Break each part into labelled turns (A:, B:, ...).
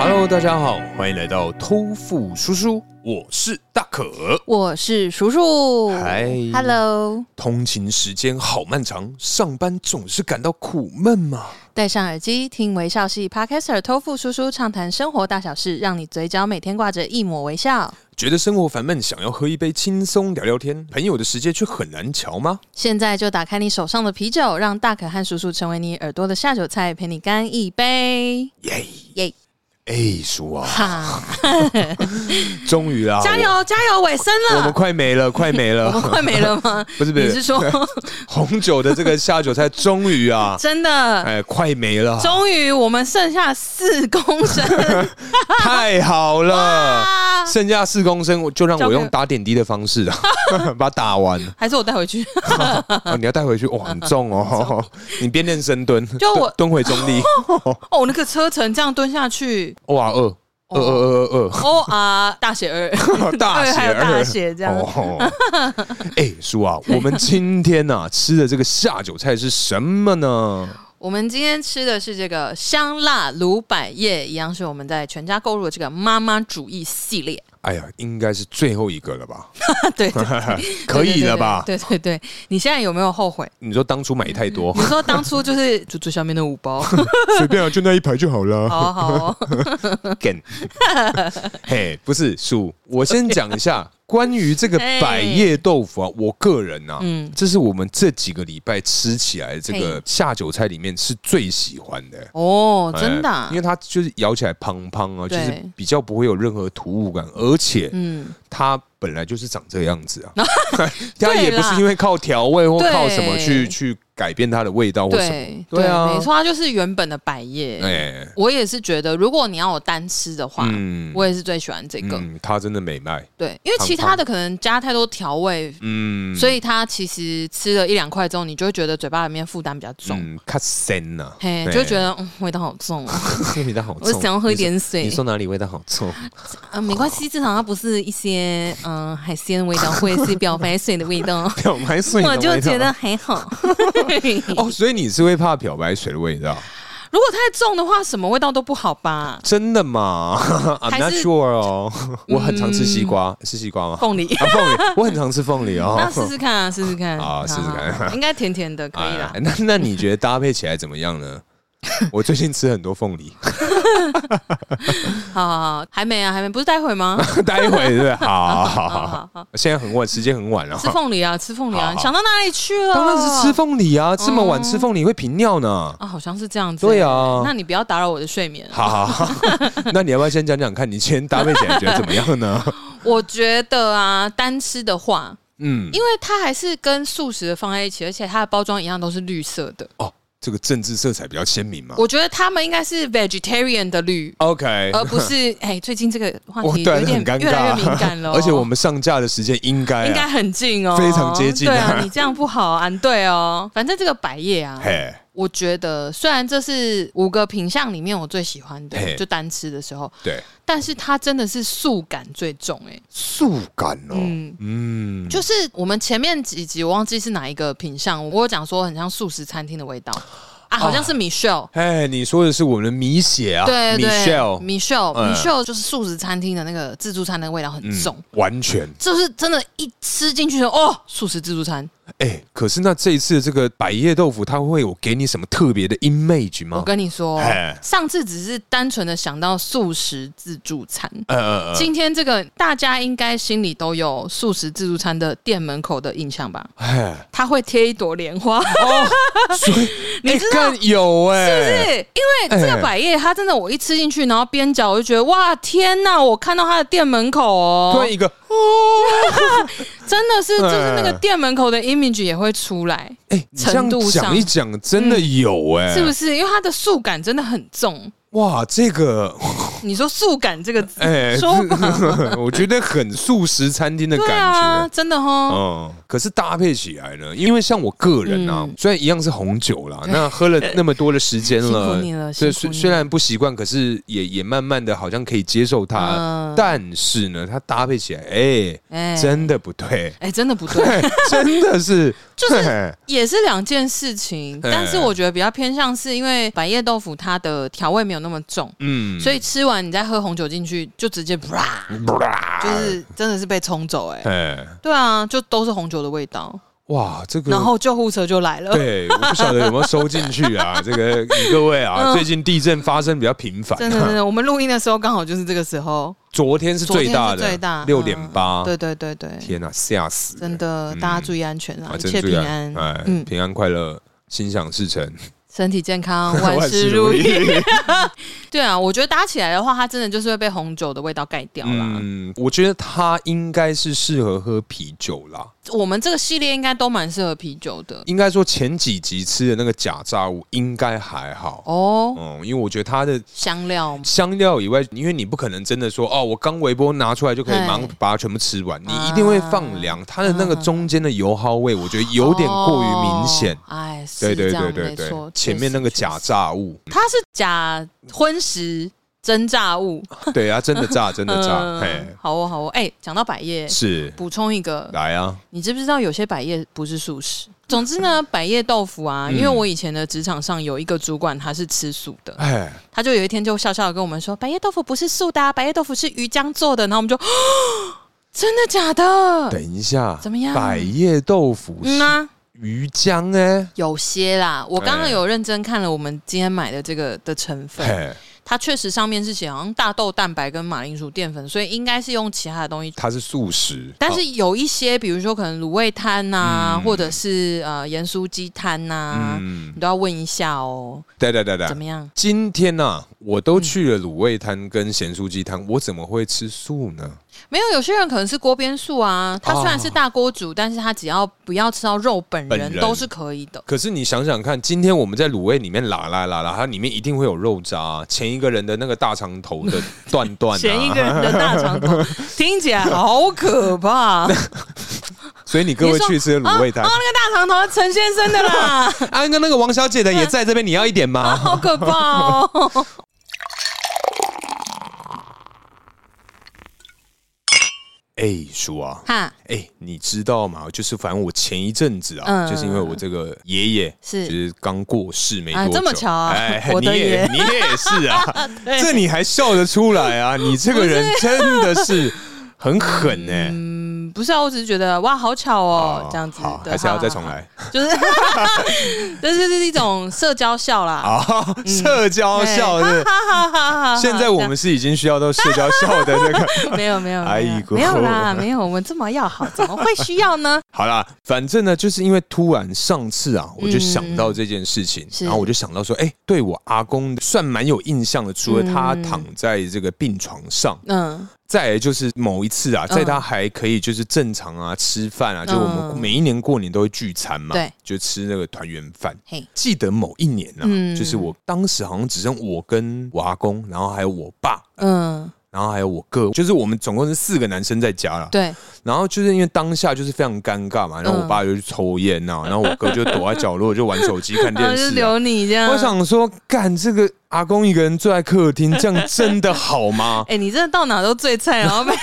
A: Hello，大家好，欢迎来到偷富叔叔，我是大可。
B: 我是叔叔。
A: 嗨
B: Hello，
A: 通勤时间好漫长，上班总是感到苦闷嘛？
B: 戴上耳机，听微笑系 Podcaster 偷富叔叔畅谈生活大小事，让你嘴角每天挂着一抹微笑。
A: 觉得生活烦闷，想要喝一杯轻松聊聊天，朋友的时间却很难瞧吗？
B: 现在就打开你手上的啤酒，让大可和叔叔成为你耳朵的下酒菜，陪你干一杯。
A: 耶
B: 耶！
A: 哎，叔啊，
B: 哈，
A: 终于啦！
B: 加油加油，尾声
A: 我！我们
B: 了，
A: 快 没了，快没
B: 我们
A: 了！
B: 快没了吗
A: ？不是不
B: 你
A: 是
B: 是，说
A: 红酒的这个下酒菜终 于啊，
B: 真的？
A: 哎，快没了，
B: 终于，我们剩下四公升
A: 太好了！
B: 啊！
A: 剩下四公升，我就让
B: 交
A: 我
B: 给
A: 用打点滴的方式 啊， 把它打完。
B: 还是我带回去？
A: 哦，你要带回去，哇，很重哦！你边练深蹲，
B: 就我
A: 蹲蹲回中 立，
B: 哦，那个车程这样蹲下 去，
A: 哇，二二二二二
B: 哦啊，大写二，
A: 二， 大
B: 对
A: 写
B: 还有
A: 二，
B: 大写这样
A: 哦，哎，叔啊，我们今天呐吃的这个下酒菜是什么呢？
B: 我们今天吃的是这个香辣卤百叶，一样是我们在全家购入的这个妈妈主义系列。
A: 哎呀，应该是最后一个 了吧？
B: 啊对对对
A: 可以了吧？
B: 对对对，对你现在有没有后 悔？
A: 你说当初买太 多
B: 你，说当初就是猪猪下面的五包，
A: 随便啊，就那一排就好了。
B: 好好哦，
A: 梗， 嘿，不是叔，我先讲 一下关于这个百叶豆腐啊，我个人啊，嗯
B: 嗯，
A: 这是我们这几个礼拜吃起来这个下酒菜里面是最喜欢的。
B: 哦，真的啊、
A: 哎因为它就是咬起来胖胖啊，就
B: 对
A: 是比较不会有任何突兀感，而且
B: 嗯，
A: 它本来就是长这个样 子啊，它也不是因为靠调味或
B: 对
A: 靠什么去去改变它的味道或什么，
B: 对
A: 对啊
B: 没错，它就是原本的百叶。
A: 哎，
B: 我也是觉得，如果你要我单吃的话，
A: 嗯
B: 我也是最喜欢这个。
A: 嗯，它真的美卖，
B: 对，因为其他的可能加太多调味，
A: 嗯，
B: 所以它其实吃了一两块之后，你就会觉得嘴巴里面负担比较重。
A: 嗯，卡森呐，
B: 嘿，就觉得嗯，味道好重啊，
A: 得味道 好重。
B: 我想要喝一点
A: 你说。
B: 水
A: 你。说哪里味道好重？，
B: 啊，没关系，至少它不是一些嗯、呃海鲜的味道，或者是漂白水的味道
A: 漂白水的味
B: 我
A: 道
B: 就觉得还 好。如
A: 哦，所以你是会怕漂白水的味 道？
B: 果太重的话，什么味道都不好吧？
A: 真的吗 ？I'm
B: 还
A: not
B: 是嗯
A: sure 哦。我很常吃西瓜，是西瓜吗？
B: 凤梨，
A: 啊，凤梨，我很常吃凤梨哦
B: 那。 试试看啊，试试看
A: 好试试看
B: 好好应该甜甜的，可以啦
A: 哎。那那你觉得搭配起来怎么样呢？ 我最近吃很多凤梨，
B: 好好好，还没啊，还没，不是待会 吗？
A: 待会是 不是好好
B: 好
A: 好
B: 好
A: 好。现在很晚，时间很晚了。
B: 吃凤梨啊，吃凤梨
A: 好
B: 啊，
A: 好
B: 你想到哪里去了？
A: 当然是吃凤梨啊，这么晚
B: 哦
A: 吃凤梨会频尿呢。
B: 啊，好像是这样子。
A: 对啊
B: 那你不要打扰我的睡眠。
A: 好好好，那你要不要先讲讲看，你今天搭配起来觉得怎么样 呢？
B: 我觉得啊，单吃的话，
A: 嗯，
B: 因为它还是跟素食的放在一起，而且它的包装一样都是绿色的。
A: 哦，这个政治色彩比较鲜明嘛。
B: 我觉得他们应该是 vegetarian 的 绿，
A: OK，
B: 而不是哎，最近这个话
A: 我
B: 题
A: 对
B: 有
A: 啊
B: 点
A: 很尴尬，
B: 越来越敏感了哦。
A: 而且我们上架的时间应 该
B: 应该
A: 啊，
B: 很近哦，
A: 非常接近啊
B: 对啊，你这样不好啊，对哦。反正这个百叶啊，
A: 嘿，
B: 我觉得虽然这是五个品相里面我最喜欢
A: 嘿
B: 的，就单吃的时候，
A: 对，
B: 但是它真的是素感最重哎、
A: 嗯素感哦，
B: 嗯。
A: 嗯，
B: 就是我们前面几集我忘记是哪一个品相，我有讲说很像素食餐厅的味道
A: 哦
B: 啊，好像是 Michelle，、
A: 哎，你说的是我们的米血啊，
B: 对对
A: Michelle，
B: Michelle
A: 嗯
B: Michelle 就是素食餐厅的那个自助餐的味道很重，
A: 完全
B: 就是真的，一吃进去就哦，素食自助餐。
A: 哎，可是那这一次这个百叶豆腐，它会有给你什么特别的 image
B: 我
A: 吗？
B: 跟你说
A: 嗯嘿，
B: 上次只是单纯的想到素食自助餐。
A: 呃呃呃，
B: 今天这个大家应该心里都有素食自助餐的店门口的印象吧？
A: 哎，
B: 它会贴一朵莲花，
A: 哦，所以
B: 你
A: 哎
B: 知道
A: 然有 哎、
B: 是不是？因为这个百叶，它真的我一吃进去，然后边角我就觉得哇，天呐！我看到它的店门口哦
A: 突然，一个，
B: 真的是就是那个
A: 哎
B: 店门口的 image 也会出来，
A: 哎、你这样
B: 程度上嗯
A: 讲一讲，真的有哎、
B: 是不是？因为它的速感真的很重。
A: 哇，这个
B: 你说速感这个字，
A: 哎，
B: 说吧，
A: 我觉得很素食餐厅的感
B: 对
A: 觉。
B: 啊，真的哦，
A: 嗯，可是搭配起来呢，因为像我个人啊，
B: 嗯
A: 虽然一样是红酒啦，那喝了那么多的时 间
B: 辛苦
A: 了，
B: 你了
A: 所以
B: 辛
A: 虽
B: 苦你
A: 虽然不习惯，可是也也慢慢的好像可以接受它，
B: 嗯
A: 但是呢，它搭配起来，哎、
B: 哎
A: 真的不 对，
B: 哎，真的不对，
A: 嘿真的是，
B: 就是
A: 嘿
B: 也是两件事情，
A: 哎
B: 但是我觉得比较偏向是因为百叶豆腐它的调味没有那么重，
A: 嗯
B: 所以吃完你再喝红酒进去，就直接啪，就是真的是被冲走哎、
A: 哎，
B: 对啊，就都是红酒的味道，
A: 哇，这个
B: 然后救护车就来了，
A: 对，我不晓得有没有收进去啊？这个你各位啊，
B: 嗯
A: 最近地震发生比较频 繁、啊
B: 真的真的，我们录音的时候刚好就是这个时候，
A: 昨天是最大
B: 昨天
A: 的，
B: 是最大
A: 六点八
B: 嗯，对对对对，
A: 天哪、吓死！
B: 真的
A: 嗯
B: 大家注意安全啊，
A: 啊，
B: 一
A: 真
B: 切
A: 注
B: 平
A: 意啊
B: 安，
A: 哎，
B: 嗯，
A: 平安快乐，心想事成，
B: 身体健 康， 万事如意。
A: 意。
B: 对啊，我觉得搭起来的话，它真的就是会被红酒的味道盖掉啦。
A: 嗯，我觉得它应该是适合喝啤酒啦。
B: 我们这个系列应该都蛮适合啤酒的
A: 应该说前几集吃的那个假炸物应该还好。
B: 哦，
A: 嗯，因为我觉得它的
B: 香料
A: 香料以外，因为你不可能真的说哦，我刚微波拿出来就可以
B: 哎
A: 马上把它全部吃完，你
B: 啊
A: 一定会放凉。它的那个中间的油耗味，我觉得有点过于明显。
B: 哦哎，是
A: 对对
B: 这样
A: 对对
B: 没错
A: 对，前面那个假，
B: 确实
A: 炸物，
B: 确实它是假荤食真炸 物，
A: 对啊，真的炸，真的炸，
B: 嗯
A: 嘿，
B: 好哦好哦，哎，讲到百叶，
A: 是
B: 补充一个，
A: 来啊，
B: 你知不知道有些百叶不是素食？总之呢，百叶豆腐啊，
A: 嗯
B: 因为我以前的职场上有一个主管，他是吃素的，
A: 哎，
B: 他就有一天就笑笑的跟我们说，百叶豆腐不是素的、啊，百叶豆腐是鱼浆做的，然后我们就， 哦真的假的？
A: 等一下，
B: 怎么样
A: 百叶豆腐
B: 嗯
A: 是
B: 啊，
A: 鱼浆哎，
B: 有些啦，我刚刚
A: 哎
B: 有认真看了我们今天买的这个的成分，
A: 嘿，
B: 它确实上面是写好像大豆蛋白跟马铃薯淀粉，所以应该是用其他的东西。
A: 它是素食，
B: 但
A: 好
B: 是有一些，比如说可能卤味摊呐、
A: 嗯
B: 或者是呃盐酥鸡摊啊呐，
A: 嗯
B: 你，都要问一下哦，
A: 对对对对啊
B: 怎，么样？嗯
A: 今天呐、我都去了卤味摊跟咸酥鸡摊，我怎么会吃素呢？
B: 没有，有些人可能是锅边素
A: 哦
B: 啊，他虽然是大锅煮，但是他只要不要吃到肉本
A: 本
B: 人
A: 人
B: 都是可以 的。
A: 可是你想想看，今天我们在卤味里面拉拉拉拉，它里面一定会有肉渣、啊前一个人的那个大肠头的段段、啊，
B: 前一个人的大肠头听起来好可 怕，
A: 所以你各位去吃卤味摊
B: 哦，，那个大肠头是陈先生的 啦，
A: 安跟那个王小姐
B: 嗯
A: 的也在这边，你要一点吗？
B: 好可怕 哦！
A: 哎、叔啊，
B: 哈，
A: 哎、你知道吗？就是反正我前一阵子啊，
B: 嗯
A: 就是因为我这个爷爷
B: 是
A: 就是刚过世没多
B: 啊
A: 久，
B: 这么巧啊
A: 哎，
B: 我
A: 你
B: 的
A: 也
B: 爷
A: 你也是啊，
B: 对
A: 这你还笑得出 来啊？你这个人真的是很狠呢、
B: 嗯不是啊，我只是觉得哇，好巧哦
A: 哦，
B: 这样子
A: 好，
B: 对
A: 还是要再重，
B: 好好
A: 来
B: 好就是 这是是一种社交笑啦，
A: 啊！社交笑
B: 嗯 对
A: 是
B: 哈，哈哈哈哈！
A: 现在我们是已经需要到社交笑的那个。
B: 这 样没有没有
A: 哎
B: 没
A: 呦
B: 有没有啦，没有，我们这么要好，怎么会需要 呢？
A: 好啦，反正呢，就是因为突然上次啊，我就想到这件事情，
B: 嗯是
A: 然后我就想到说，哎、对我阿公算蛮有印象的，除了他躺在这个病床上，
B: 嗯，
A: 再来就是某一次啊，
B: 嗯
A: 在他还可以就是正常啊吃饭啊，就我们
B: 嗯
A: 每一年过年都会聚餐嘛，
B: 对，
A: 就吃那个团圆饭
B: 嘿。
A: 记得某一年啊，
B: 嗯
A: 就是我当时好像只剩我跟我阿公，然后还有我爸。
B: 嗯，
A: 然后还有我哥，就是我们总共是四个男生在家啦。
B: 对，
A: 然后就是因为当下就是非常尴尬嘛，然后我
B: 嗯
A: 爸就去抽烟呐、然后我哥就躲在角落就玩手机看
B: 然后
A: 电
B: 就
A: 视啊、
B: 留你这样。？
A: 我，想说，干这个阿公一个人坐在客厅，这样真的好吗
B: 哎，你真的到哪都最菜，然后 被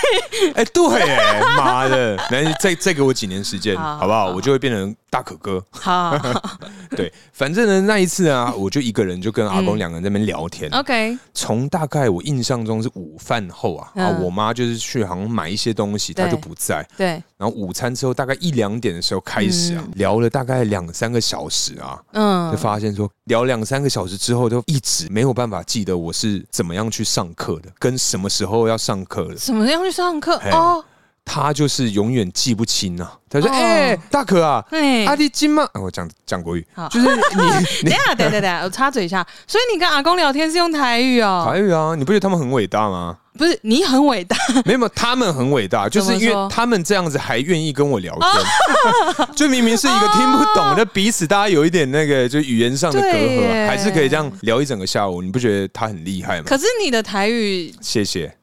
A: 哎、对、哎，妈的，那再再给我几年时间，
B: 好
A: 好不好？
B: 好
A: 我就会变成大可哥。
B: 好好好
A: 对，反正呢那一 次啊，我就一个人就跟阿公
B: 嗯哦
A: 两个人在那边聊天。
B: ，OK，
A: 从大概我印象中是午饭后啊，啊，
B: 嗯
A: 我妈就是去好像买一些东西，她
B: 对
A: 就不在。
B: 对，
A: 然后午餐之后大概一两点的时候开始啊，聊了大概两三个小时啊，
B: 嗯
A: 就，发现说聊两三个小时之后，就一直没有办法记得我是怎么样去上课的，跟什么时候要上课的。
B: 什么样去上课
A: 嘿
B: 哦？
A: 他就是永远记不清啊。他说：“
B: 哦
A: 哎、大可啊，
B: 哎
A: 阿弟金嘛，啊我讲讲国语
B: 好，
A: 就是你
B: 等
A: 你
B: 一下，等一下等一下，我插嘴一下。所以你跟阿公聊天是用台语哦，
A: 台语嗯啊，你不觉得他们很伟大吗？
B: 不是你很伟大，
A: 没有，没有，他们很伟大，就是因
B: 怎么说
A: 为他们这样子还愿意跟我聊天， 就明明是一个听不懂，那彼此大家有一点那个就语言上的隔
B: 哦对耶
A: 阂，还是可以这样聊一整个下午，你不觉得他很厉害吗？
B: 可是你的台语
A: 谢谢。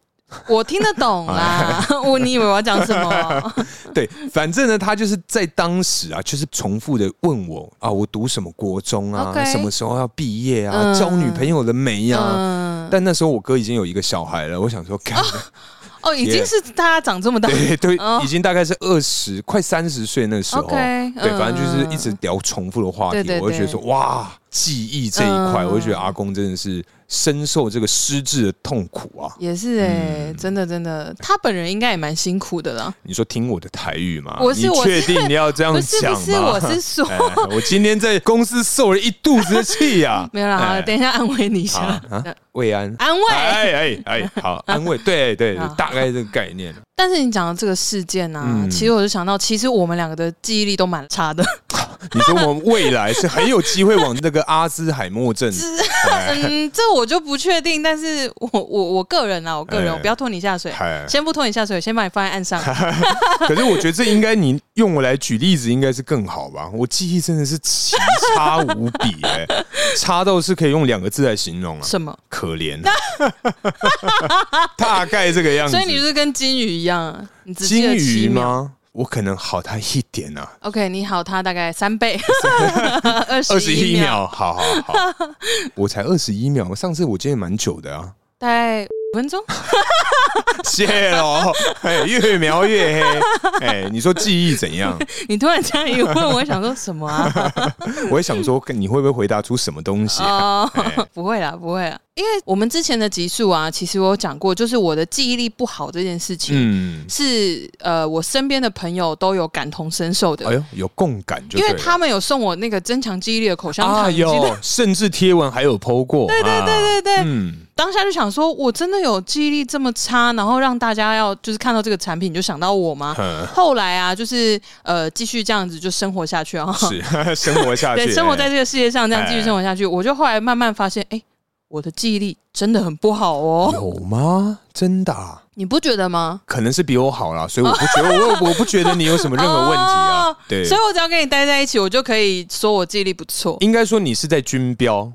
B: 我听得懂 啦。我你以为我要讲什么？
A: 对，反正呢，他就是在当时啊，就是重复的问我啊，我读什么国中啊
B: OK
A: 什么时候要毕业啊，
B: 嗯
A: 交女朋友了没呀、
B: 嗯，
A: 但那时候我哥已经有一个小孩了，我想说，看、
B: 哦，已经是他长这么大。
A: 对对，
B: 哦
A: 已经大概是二十快三十岁那时候
B: OK，
A: 对，
B: 嗯
A: 反正就是一直聊重复的话题，
B: 对对对
A: 我就觉得说哇，记忆这一块，
B: 嗯
A: 我就觉得阿公真的是深受这个失智的痛苦啊。
B: 也是哎、真的真的，他本人应该也蛮辛苦的啦。
A: 你说听我的台语吗？
B: 我是
A: 你
B: 我是
A: 确定你要这样
B: 不是
A: 讲
B: 不
A: 吗？
B: 是，我 是说、
A: 哎，我今天在公司受了一肚子的气呀、
B: 没有啦，
A: 哎
B: 等一下安慰你一
A: 好
B: 下。
A: 啊，慰安，
B: 安慰
A: 哎哎哎，好，安慰，对对
B: 好，
A: 大概这个概念。
B: 但是你讲的这个事件呢、啊，
A: 嗯
B: 其实我就想到，其实我们两个的记忆力都蛮差的，
A: 你说我们未来是很有机会往那个阿兹海默 症， 哎
B: 嗯，这我就不确定，但是我我我个人啊，我个人，
A: 哎
B: 我不要拖你下水，
A: 哎
B: 先不拖你下水，先把你放在岸上。
A: 可是我觉得这应该你用我来举例子应该是更好吧？我记忆真的是奇差无比，哎，差到是可以用两个字来形 容啊，
B: 什么？
A: 可怜，大概这个样子
B: 所以。你就是跟金鱼一样啊，你只记
A: 金
B: 得七
A: 鱼
B: 秒。
A: 吗？我可能好他一点啊，
B: OK，你好，它大概三 倍， 二
A: 二十一
B: 一，
A: 秒，好好好，我才二十一秒，上次我今天蛮久的啊，
B: 大概五分钟。
A: 谢喽，哎，越描越黑，哎，你说记忆怎样？
B: 你突然这样一问，我想说什么 啊？
A: 我也想说，你会不会回答出什么东西啊？
B: 哦
A: 哎，
B: 不会啦，不会啦，因为我们之前的集数啊，其实我有讲过，就是我的记忆力不好这件事情，
A: 嗯，
B: 是呃，我身边的朋友都有感同身受的，
A: 哎呦，有共感就
B: 因
A: 对了
B: 为他们有送我那个增强记忆力的口香糖，
A: 啊
B: 你记得
A: 有，甚至贴文还有 PO 过，对对对
B: 对对，
A: 嗯，
B: 当下就想说，我真的有记忆力这么差，然后让大家要就是看到这个产品就想到我吗？
A: 嗯
B: 后来啊，就是呃，继续这样子就生活下去啊，
A: 是 生活下去，
B: 对，生活在这个世界上这样继续
A: 哎
B: 生活下去，我就后来慢慢发现，哎、我的记忆力真的很不好
A: 哎
B: 哦，
A: 有吗？真的啊。
B: 你不觉得吗？
A: 可能是比我好啦，所以我不觉得我我不觉得你有什么任何问题
B: 哦
A: 啊。对，
B: 所以我只要跟你待在一起，我就可以说我记忆力不错。
A: 应该说你是在军 标，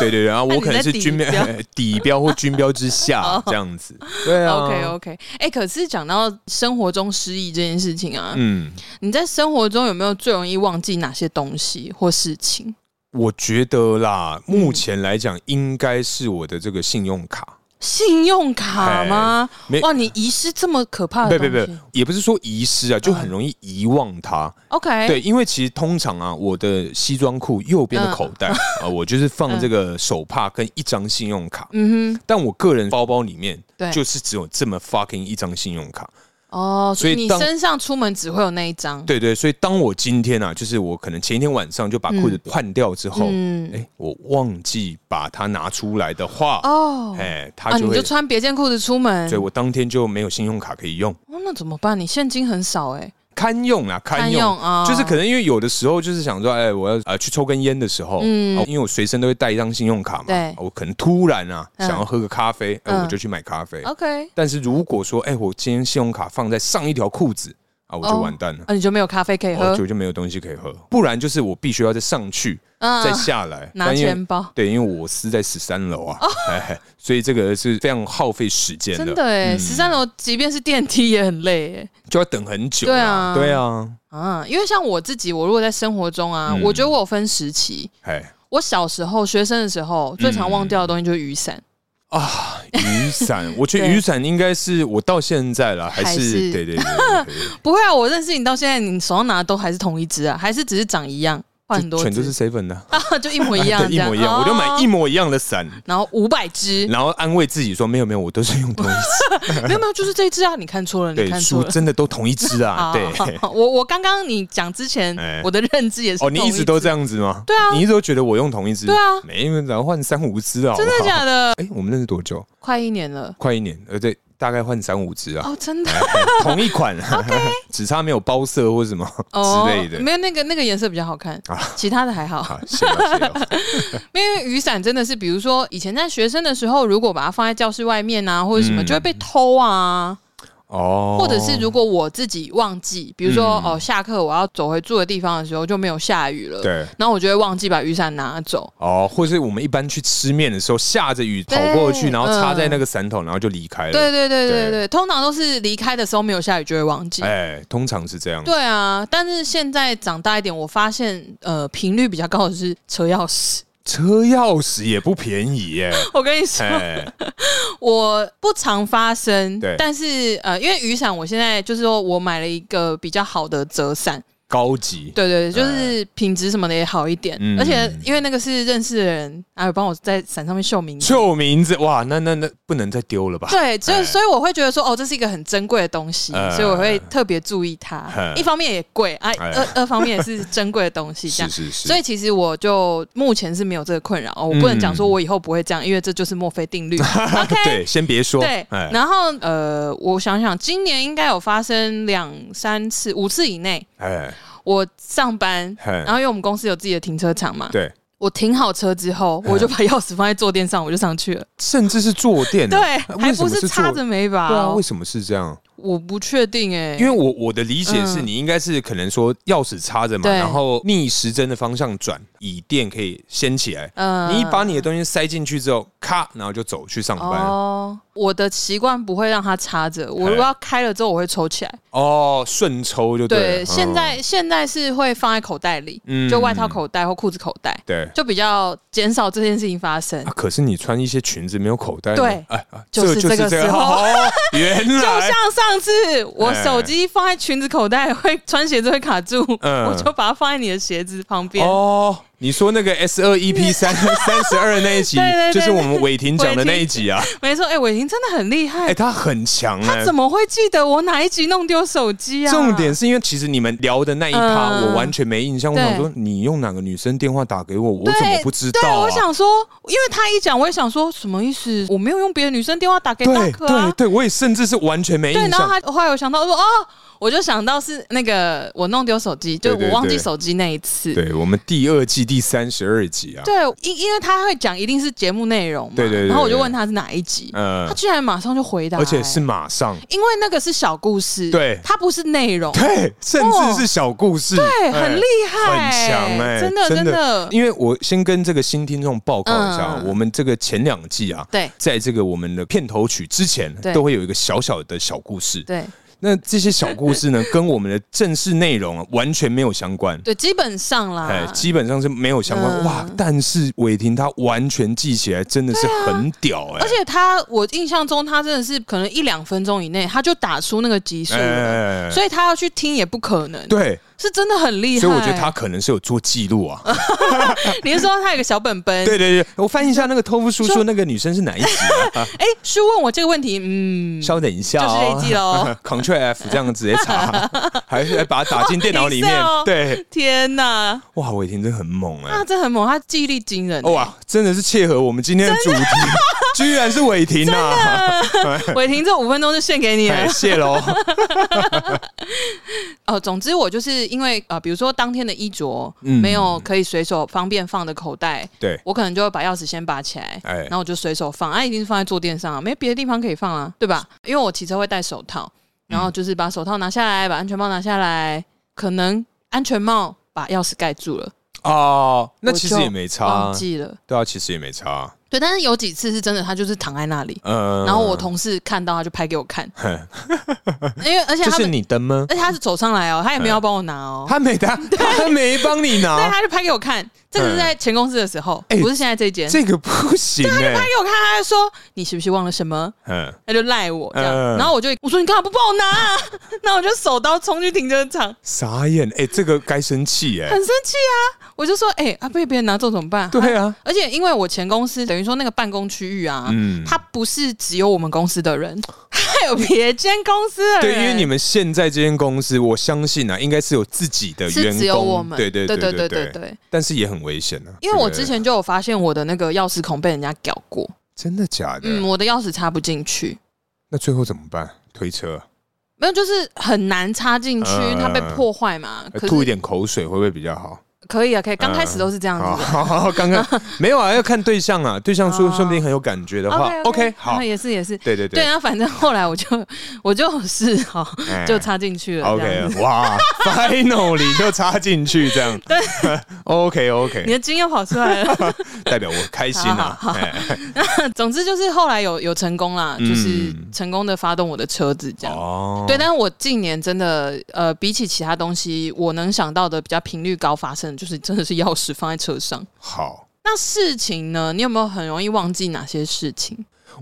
A: 对对对，然后
B: 那
A: 我
B: 你在
A: 可能是军标
B: 底标哦
A: 底标或军标之下这样子。对啊
B: OK OK，哎、可是讲到生活中失忆这件事情啊，
A: 嗯，
B: 你在生活中有没有最容易忘记哪些东西或事情？
A: 我觉得啦，目前来讲应该是我的这个信用卡。
B: 信用卡吗
A: 哎没？
B: 哇，你遗失这么可怕的
A: 不
B: 东
A: 不
B: 西嗯
A: 不，也不是说遗失啊，就很容易遗忘它。
B: ，OK，
A: 对，因为其实通常啊，我的西装裤右边的口袋
B: 嗯
A: 啊，我就是放这个手帕跟一张信用卡。
B: 嗯哼，
A: 但我个人包包里面
B: 对
A: 就是只有这么 fucking 一张信用卡。
B: 哦，所
A: 所以
B: 以你
A: 当
B: 身上出门只会有那一张，
A: 对对，所以当我今天啊，就是我可能前一天晚上就把裤子换掉之后，哎、
B: 嗯
A: 我忘记把它拿出来的话，哎、
B: 哦，啊，
A: 它就
B: 你
A: 会，
B: 就穿别件裤子出门
A: 所以，我当天就没有信用卡可以用，
B: 哦，那怎么办？你现金很少哎，
A: 堪用啊，堪用。
B: 啊，
A: 就是可能因为有的时候就是想说，哎、我要呃去抽根烟的时候，
B: 嗯
A: 哦因为我随身都会带一张信用卡嘛，
B: 对
A: 哦我可能突然啊、
B: 嗯
A: 想要喝个咖啡，哎、
B: 嗯
A: 我就去买咖啡。
B: OK，
A: 但是如果说，哎、我今天信用卡放在上一条裤子啊，我就
B: 哦
A: 完蛋了，
B: 啊，你就没有咖啡可以
A: 我
B: 喝，
A: 哦就就没有东西可以喝。不然就是我必须要再上去，
B: 嗯
A: 再下来，
B: 拿
A: 但因为
B: 钱包
A: 对，因为我是在十三楼啊，哎，所以这个是非常耗费时间
B: 真
A: 的，嗯
B: 的哎，十三楼即便是电梯也很累哎。
A: 就要等很久。
B: 对啊
A: 对啊，
B: 啊，因为像我自己，我如果在生活中啊，
A: 嗯
B: 我觉得我有分时期。
A: 哎
B: 我小时候学生的时候，最常
A: 嗯
B: 忘掉的东西就是雨伞。
A: 啊，雨伞，我觉得
B: 对
A: 雨伞应该是我到现在了，还
B: 还
A: 是
B: 是
A: 对对对 对对
B: 不会啊，我认识你到现在，你手上拿的都还是同一只啊，还是只是长一样，换很
A: 对，
B: 多
A: 全都是
B: 只
A: seven 的，
B: 啊， 就一模一样
A: 对，
B: 这
A: 一
B: 样，
A: 模一样，我就买一
B: 哦，
A: 模一样的伞。
B: 然后五百 只，
A: 然后安慰自己说没有没有，我都是用同一只，
B: 没有没有，就是这一只啊，你看错了， 你
A: 对，
B: 看错
A: 书
B: 了。哦
A: 真的都同一 只啊，对，
B: 我我刚刚你讲之前
A: 哎，
B: 我的认知也是
A: 哦，你
B: 同
A: 一直都
B: 只
A: 这，样子吗？
B: 对啊
A: 你一直都觉得我用同一只，
B: 对啊
A: 没，然后换三五只啊，
B: 真的假
A: 的？
B: 的？
A: 哎，我们认识多久？
B: 快一年了，
A: 快一年，呃，对，大概换三五只啊，
B: 哦，真的
A: 同 一款， 只差没有包色或什么
B: 哦
A: 之类的
B: 没有那个那个颜色比较好看，其他的还好。
A: 啊。谢了谢 了，
B: 因为雨伞真的是，比如说以前在学生的时候，如果把它放在教室外面啊，或者什么，
A: 嗯
B: 就会被偷啊。
A: 哦，
B: 或者是如果我自己忘记，比如说、
A: 嗯
B: 哦，下课我要走回住的地方的时候就没有下雨了，，
A: 对。
B: 然后我就会忘记把雨伞拿走。
A: 哦，或是我们一般去吃面的时候，下着雨跑
B: 对
A: 过去，然后插在
B: 嗯
A: 那个伞筒，然后就离开了。
B: 对对对对
A: 对
B: 对，通常都是离开的时候没有下雨就会忘记。
A: 哎，通常是这样。
B: 对啊，但是现在长大一点，我发现呃频率比较高的是车钥匙。
A: 车钥匙也不便宜耶，
B: 我跟你说，
A: 哎，
B: 我不常发生
A: 对，
B: 但是呃，因为雨伞我现在就是说我买了一个比较好的折伞，
A: 高级。
B: 对对，对就是品质什么的也好一点，
A: 哎嗯
B: 而且因为那个是认识的人，还有帮我在伞上面绣名字。
A: 旧名字哇，那那那不能再丢了吧？
B: 对，所以
A: 哎
B: 所以我会觉得说，哦，这是一个很珍贵的东西，
A: 哎
B: 所以我会特别注意它。
A: 哎
B: 一方面也贵，啊，
A: 哎
B: 二二方面也是珍贵的东西，这
A: 是
B: 样。
A: 是是，
B: 所以其实我就目前是没有这个困扰，哦我不能讲说我以后不会这样，因为这就是墨菲 定律。OK，
A: 对，先别说。
B: 对，
A: 哎，
B: 然后呃，我想想，今年应该有发生两三次、五次以内。
A: 哎，
B: 我上班，
A: 嘿
B: 然后因为我们公司有自己的停车场嘛，
A: 对，
B: 我停好车之后，我就把钥匙放在坐垫上，我就上去了。
A: 甚至是坐垫啊，
B: 对，
A: 为
B: 还
A: 什
B: 不
A: 么
B: 是
A: 是
B: 插
A: 坐
B: 着没把
A: 对啊，
B: 哦、
A: 为什么是这样？
B: 我不确定哎、
A: 因为我我的理解是
B: 嗯
A: 你应该是可能说钥匙插着嘛，
B: 对
A: 然后逆时针的方向转，椅垫可以掀起来。
B: 呃
A: 你把你的东西塞进去之后，咔，然后就走去上班。
B: 哦，我的习惯不会让它插着，我如果要开了之后，我会抽起来。
A: 哦，顺抽就
B: 对，
A: 对了。
B: 现
A: 嗯
B: 在现在是会放在口袋里，
A: 嗯
B: 就外套口袋或裤子口袋，
A: 对。
B: 就比较减少这件事情发生
A: 啊。可是你穿一些裙子没有口袋呢，
B: 对
A: 哎，啊
B: 就是
A: 这
B: 这个时候
A: 哦原
B: 就
A: 来哎
B: 像上次，我手机放在裙子口袋，会穿鞋子会卡住，
A: 嗯
B: 我就把它放在你的鞋子旁边。
A: 哦，你说那个 S 二 EP 三 三十二那一集
B: 对对，对
A: 就是我们伟霆讲的那一集啊，
B: 没错，哎、伟霆真的很厉害，
A: 哎，他很强哎，
B: 他怎么会记得我哪一集弄丢手机啊？
A: 重点是因为其实你们聊的那一趴，
B: 嗯
A: 我完全没印象。我想
B: 对
A: 说，你用哪个女生电话打给我，我
B: 对。
A: 怎么不知
B: 对，
A: 道
B: 我
A: 啊？
B: 想说，因为他一讲，我也想说什么意思？我没有用别的女生电话打给大
A: 对
B: 可啊
A: 对。对，我也甚至是完全没
B: 对，
A: 印
B: 然后
A: 象。
B: 他后来我想到说，哦，我就想到是那个我弄丢手机，就
A: 对对
B: 我忘记
A: 对
B: 手机那一次。
A: 对我们第二季第三十二集啊，
B: 对，因因为他会讲一定是节目内容嘛，
A: 对对对
B: 然后我就
A: 对
B: 问他是哪一集，
A: 呃
B: 他，居然马上就回答、
A: 而且是
B: 欸
A: 马上，
B: 因为那个是小故事，
A: 对
B: 它不是内容，
A: 对，甚至是小故事，
B: 哦对，
A: 哎
B: 很厉害，
A: 很强哎，
B: 真的真的，
A: 因为我先跟这个新听众报告一下啊，
B: 嗯
A: 我们这个前两季啊，
B: 对
A: 在这个我们的片头曲之前，
B: 对
A: 都会有一个小小的小故事，
B: 对
A: 那这些小故事呢，跟我们的正式内容啊完全没有相关。
B: 对，基本上
A: 哎
B: 啦，，
A: 基本上是没有相关、
B: 嗯
A: 哇！但是伟霆他完全记起来，真的是很屌哎、
B: 而且他，我印象中他真的是可能一两分钟以内他就打出那个集数了，
A: 哎
B: 所以他要去听也不可能，
A: 对，
B: 是真的很厉害。嗯
A: 所以我觉得他，可能是有做记录啊。
B: 你是说他有个小本本？
A: 对对对，我翻译一下那个托夫叔叔那个女生是哪一集啊？啊
B: 哎，是问我这个问题，嗯，
A: 稍等一下、哦，
B: 就是这一季喽
A: Ctrl F 这样直接 查，还是把它打进电脑里面
B: Excel。
A: 对，
B: 天哪，
A: 哇，伟霆真的很猛哎、
B: 他真的很猛，他记忆力惊人。
A: 哇，真的是切合我们今天的主题，居然是伟霆啊！
B: 伟霆这五分钟就献给你了
A: 哎，。谢喽。
B: 哦，总之我就是因为呃，比如说当天的衣着、
A: 嗯
B: 没有可以随手方便放的口袋，
A: 对，
B: 我可能就会把钥匙先拔起来，
A: 哎
B: 然后我就随手放，啊，一定是放在坐垫上啊，没别的地方可以放啊，对吧？因为我骑车会戴手套，
A: 嗯
B: 然后就是把手套拿下来，把安全帽拿下来，可能安全帽把钥匙盖住了，
A: 哦，那
B: 我
A: 其
B: 就
A: 实也没差
B: 忘
A: 啊，
B: 记了。
A: 对啊，其实也没差啊。
B: 对，但是有几次是真的，他就是躺在那里，
A: 嗯，
B: 然后我同事看到他就拍给我看， 因为而且
A: 这
B: 他
A: 是
B: 们，
A: 你 灯吗？
B: 而且他是走上来哦，他也没有要帮我拿哦，
A: 他没他他没帮你
B: 对，
A: 拿，
B: 他就拍给我看，这个是在前公司的时候，
A: 哎
B: 不是现在这间。
A: 这个不行哎
B: 拍。给我看，他就说你是不是忘了什么？
A: 嗯，
B: 他就赖我这样，
A: 嗯
B: 然后我就我说你干嘛不帮我拿、 啊？那我就手刀冲去停车场，
A: 傻眼哎，这个该生气哎
B: 很。生气啊！我就说哎、啊被别人拿走怎么办？
A: 对啊，
B: 而且因为我前公司等于说那个办公区域啊，
A: 嗯
B: 它不是只有我们公司的人， 还有别间公司的人。
A: 对，因为你们现在这间公司，我相信啊，应该是有自己的员
B: 是
A: 工，
B: 只有我们
A: 对对
B: 对对
A: 对
B: 对
A: 对
B: 对对
A: 对，但是也很危险啊。
B: 因为我
A: 对不对
B: 之前就有发现我的那个钥匙孔被人家搞过，
A: 真的假的？
B: 嗯，我的钥匙插不进去，
A: 那最后怎么办？推车，
B: 没有，就是很难插进去，
A: 嗯
B: 它被破坏嘛。可
A: 呃
B: 是
A: 吐一点口水会不会比较好？
B: 可以啊，可以。刚开始都是这样子的。
A: 好， 刚刚 没有啊，要看对象啊，对象说
B: 哦
A: 说不定很有感觉的话
B: OK，
A: ，OK，好
B: 啊，也是也是。
A: 对对
B: 对，
A: 对，
B: 然后反正后来我就我就是好
A: 哎
B: 就插进去了这样
A: OK，
B: 子。
A: 哇 ，Finally 就插进去 这样， 对，OK
B: 你
A: OK，
B: 的筋又跑出来了。
A: 代表我开心啊，哎
B: 总之就是后来有有成功啦，
A: 嗯
B: 就是成功的发动我的车子这样。
A: 哦
B: 对，但是我近年真的，呃，比起其他东西，我能想到的比较频率高发生的，就是真的是钥匙放在车上。
A: 好。
B: 那事情呢？你有没有很容易忘记哪些事情？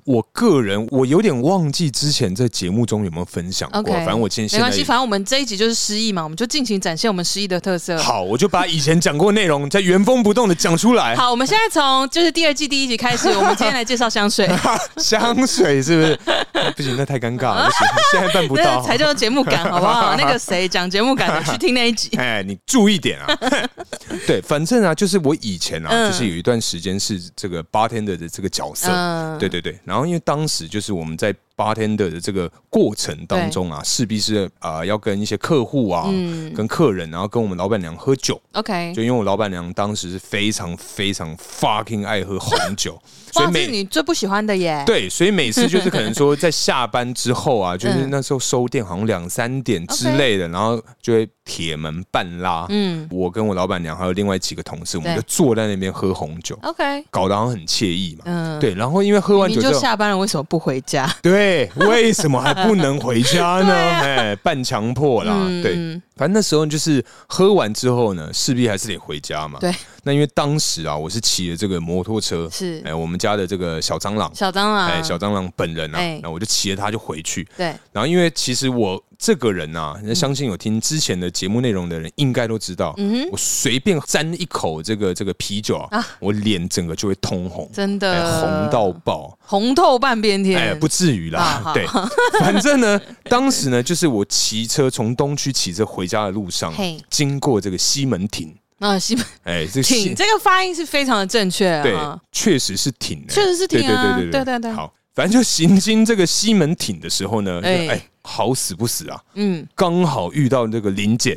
A: 我个人我有点忘记之前在节目中有没有分享过
B: OK
A: 反正我今天
B: 没
A: 现在
B: 关系，反正我们这一集就是失忆嘛，我们就尽情展现我们失忆的特色。
A: 好，我就把以前讲过内容再原封不动的讲出来。
B: 好，我们现在从就是第二季第一集开始，我们今天来介绍香 水，
A: 香水是不是？ 不行，那太尴尬了，不行，现在 办不
B: 那
A: 到
B: 个。才叫节目感，好不好？那个谁讲节目感的去听那 一集。
A: 哎，你注意点 啊！对，反正啊，就是我以前啊，
B: 嗯
A: 就是有一段时间是这个 bartender 的这个角色，
B: 嗯，
A: 对对对。然后因为当时就是我们在 bartender 的这个过程当中啊，势必是啊、呃要跟一些客户啊、
B: 嗯
A: 跟客人，然后跟我们老板娘喝酒。
B: ，OK，
A: 就因为我老板娘当时是非常非常 fucking 爱喝红酒，所以
B: 哇，这是
A: 每
B: 你最不喜欢的耶。
A: 对，所以每次就是可能说在下班之后啊，就是
B: 嗯
A: 那时候收店好像两三点之
B: OK
A: 类的，然后就会铁门半拉，
B: 嗯
A: 我跟我老板娘还有另外几个同事，我们
B: 对
A: 就坐在那边喝红酒，
B: ，OK，
A: 搞得好像很惬意嘛。
B: 嗯，
A: 对，然后因为喝完
B: 你
A: 酒之
B: 就
A: 后，
B: 下班了，为什么不回家？
A: 对，为什么还不能回家 呢？哎，半强迫啦，
B: 嗯
A: 对，
B: 嗯
A: 反正那时候就是喝完之后呢，势必还是得回家嘛。
B: 对，
A: 那因为当时啊，我是骑着这个摩托车，
B: 是
A: 哎，我们家的这个小蟑螂，
B: 小蟑螂，
A: 哎，小蟑螂本人啊，
B: 哎
A: 然后我就骑着它就回去。
B: 对，
A: 然后因为其实我这个人啊，相信有听之前的节目内容的人应该都知道，
B: 嗯哼，
A: 我随便沾一口这个这个啤酒啊，我脸整个就会通红，
B: 真的
A: 哎红到爆。
B: 红透半边天，
A: 哎，不至于啦
B: 啊，好
A: 对， 反正呢，当时呢，就是我骑车从东区骑车回家的路上
B: 嘿，
A: 经过这个西门町，
B: 啊，西门
A: 哎，这
B: 挺
A: 西
B: 这个发音是非常的正确
A: 对
B: 啊，，
A: 确实是挺欸，
B: 确实是挺啊
A: 对对
B: 对对对
A: 好，反正就行经这个西门町的时候呢，就
B: 哎
A: 哎，好死不死啊，
B: 嗯，
A: 刚好遇到那个临 检，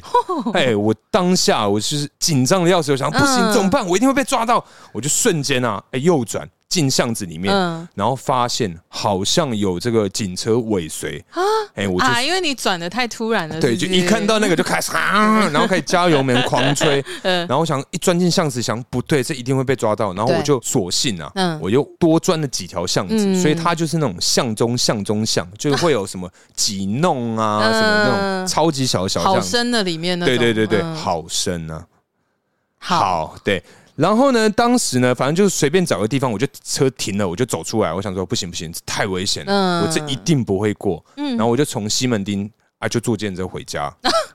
A: 哎，我当下我就是紧张的要死，我想不行
B: 嗯
A: 怎么办？我一定会被抓到，我就瞬间啊，哎，右转进巷子里面
B: 嗯，
A: 然后发现好像有这个警车尾随啊，哎，我就
B: 啊，因为你转的太突然了，
A: 对，
B: 是
A: 就
B: 不
A: 一
B: 是
A: 看到那个就开始 啊，然后开始加油门狂吹，
B: 嗯
A: 然后我想一钻进巷子，想不对，这一定会被抓到，然后
B: 对
A: 我就索性啊，
B: 嗯
A: 我又多钻了几条巷子，
B: 嗯
A: 所以它就是那种巷中巷中巷， 就是会有什么几弄啊，什么那种
B: 嗯
A: 超级小的小
B: 好
A: 巷，
B: 深的里面那
A: 对
B: 种，
A: 对对对，
B: 嗯，
A: 好深啊，
B: 好，
A: 好对。然后呢，当时呢，反正就是随便找个地方，我就车停了，我就走出来，我想说不行不行，这太危险了，
B: 嗯
A: 我这一定不会过。
B: 嗯
A: 然后我就从西门町啊，就坐电车回家。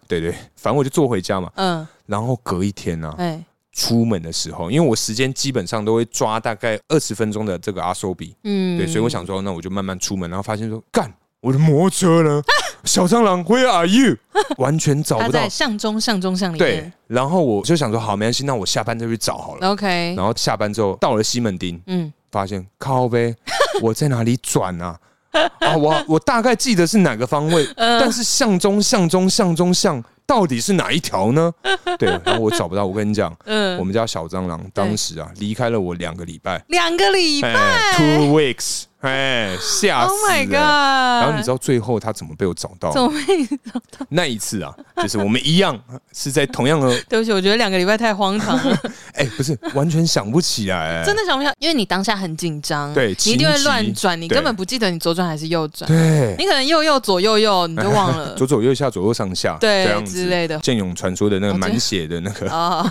A: 对对，反正我就坐回家嘛。
B: 嗯，
A: 然后隔一天呢、啊，
B: 哎，
A: 出门的时候，因为我时间基本上都会抓大概二十分钟的这个阿索比，
B: 嗯，
A: 对，所以我想说，那我就慢慢出门，然后发现说，干，我的摩托车 呢？小蟑螂，Where are you？完全找
B: 他
A: 不到
B: 在。巷中巷中巷里
A: 对
B: 面，
A: 然后我就想说，好，没关系，那我下班再去找好了。
B: ，OK，
A: 然后下班之后到了西门町，
B: 嗯，
A: 发现 靠呗，我在哪里转啊？啊，我我大概记得是哪个方位，
B: 嗯
A: 但是巷中巷中巷中巷到底是哪一条 呢？对，然后我找不到。我跟你讲，
B: 嗯
A: 我们家小蟑螂当时啊离开了我两个礼拜，
B: 两个礼拜
A: 哎，two weeks，哎，吓
B: ，Oh
A: 死
B: my
A: 人。
B: god，
A: 然
B: 然
A: 后你知道最后他怎么被我找到
B: 怎
A: 吗？
B: 么会？
A: 那一次啊，就是我们一样是在同样的，
B: 对不起，我觉得两个礼拜太荒唐了，
A: 哎，不是完全想不起来，哎
B: 真的想不想？因为你当下很紧张，
A: 对
B: 你一定会
A: 情急
B: 乱转，你
A: 对
B: 根本不记得你左转还是右转，
A: 对，
B: 你可能右右左右右，你就忘了
A: 左左右下，左右上下，
B: 对
A: 这样子
B: 之类的
A: 剑勇传说的那个
B: 哦
A: 满
B: 这
A: 血的那个
B: 啊。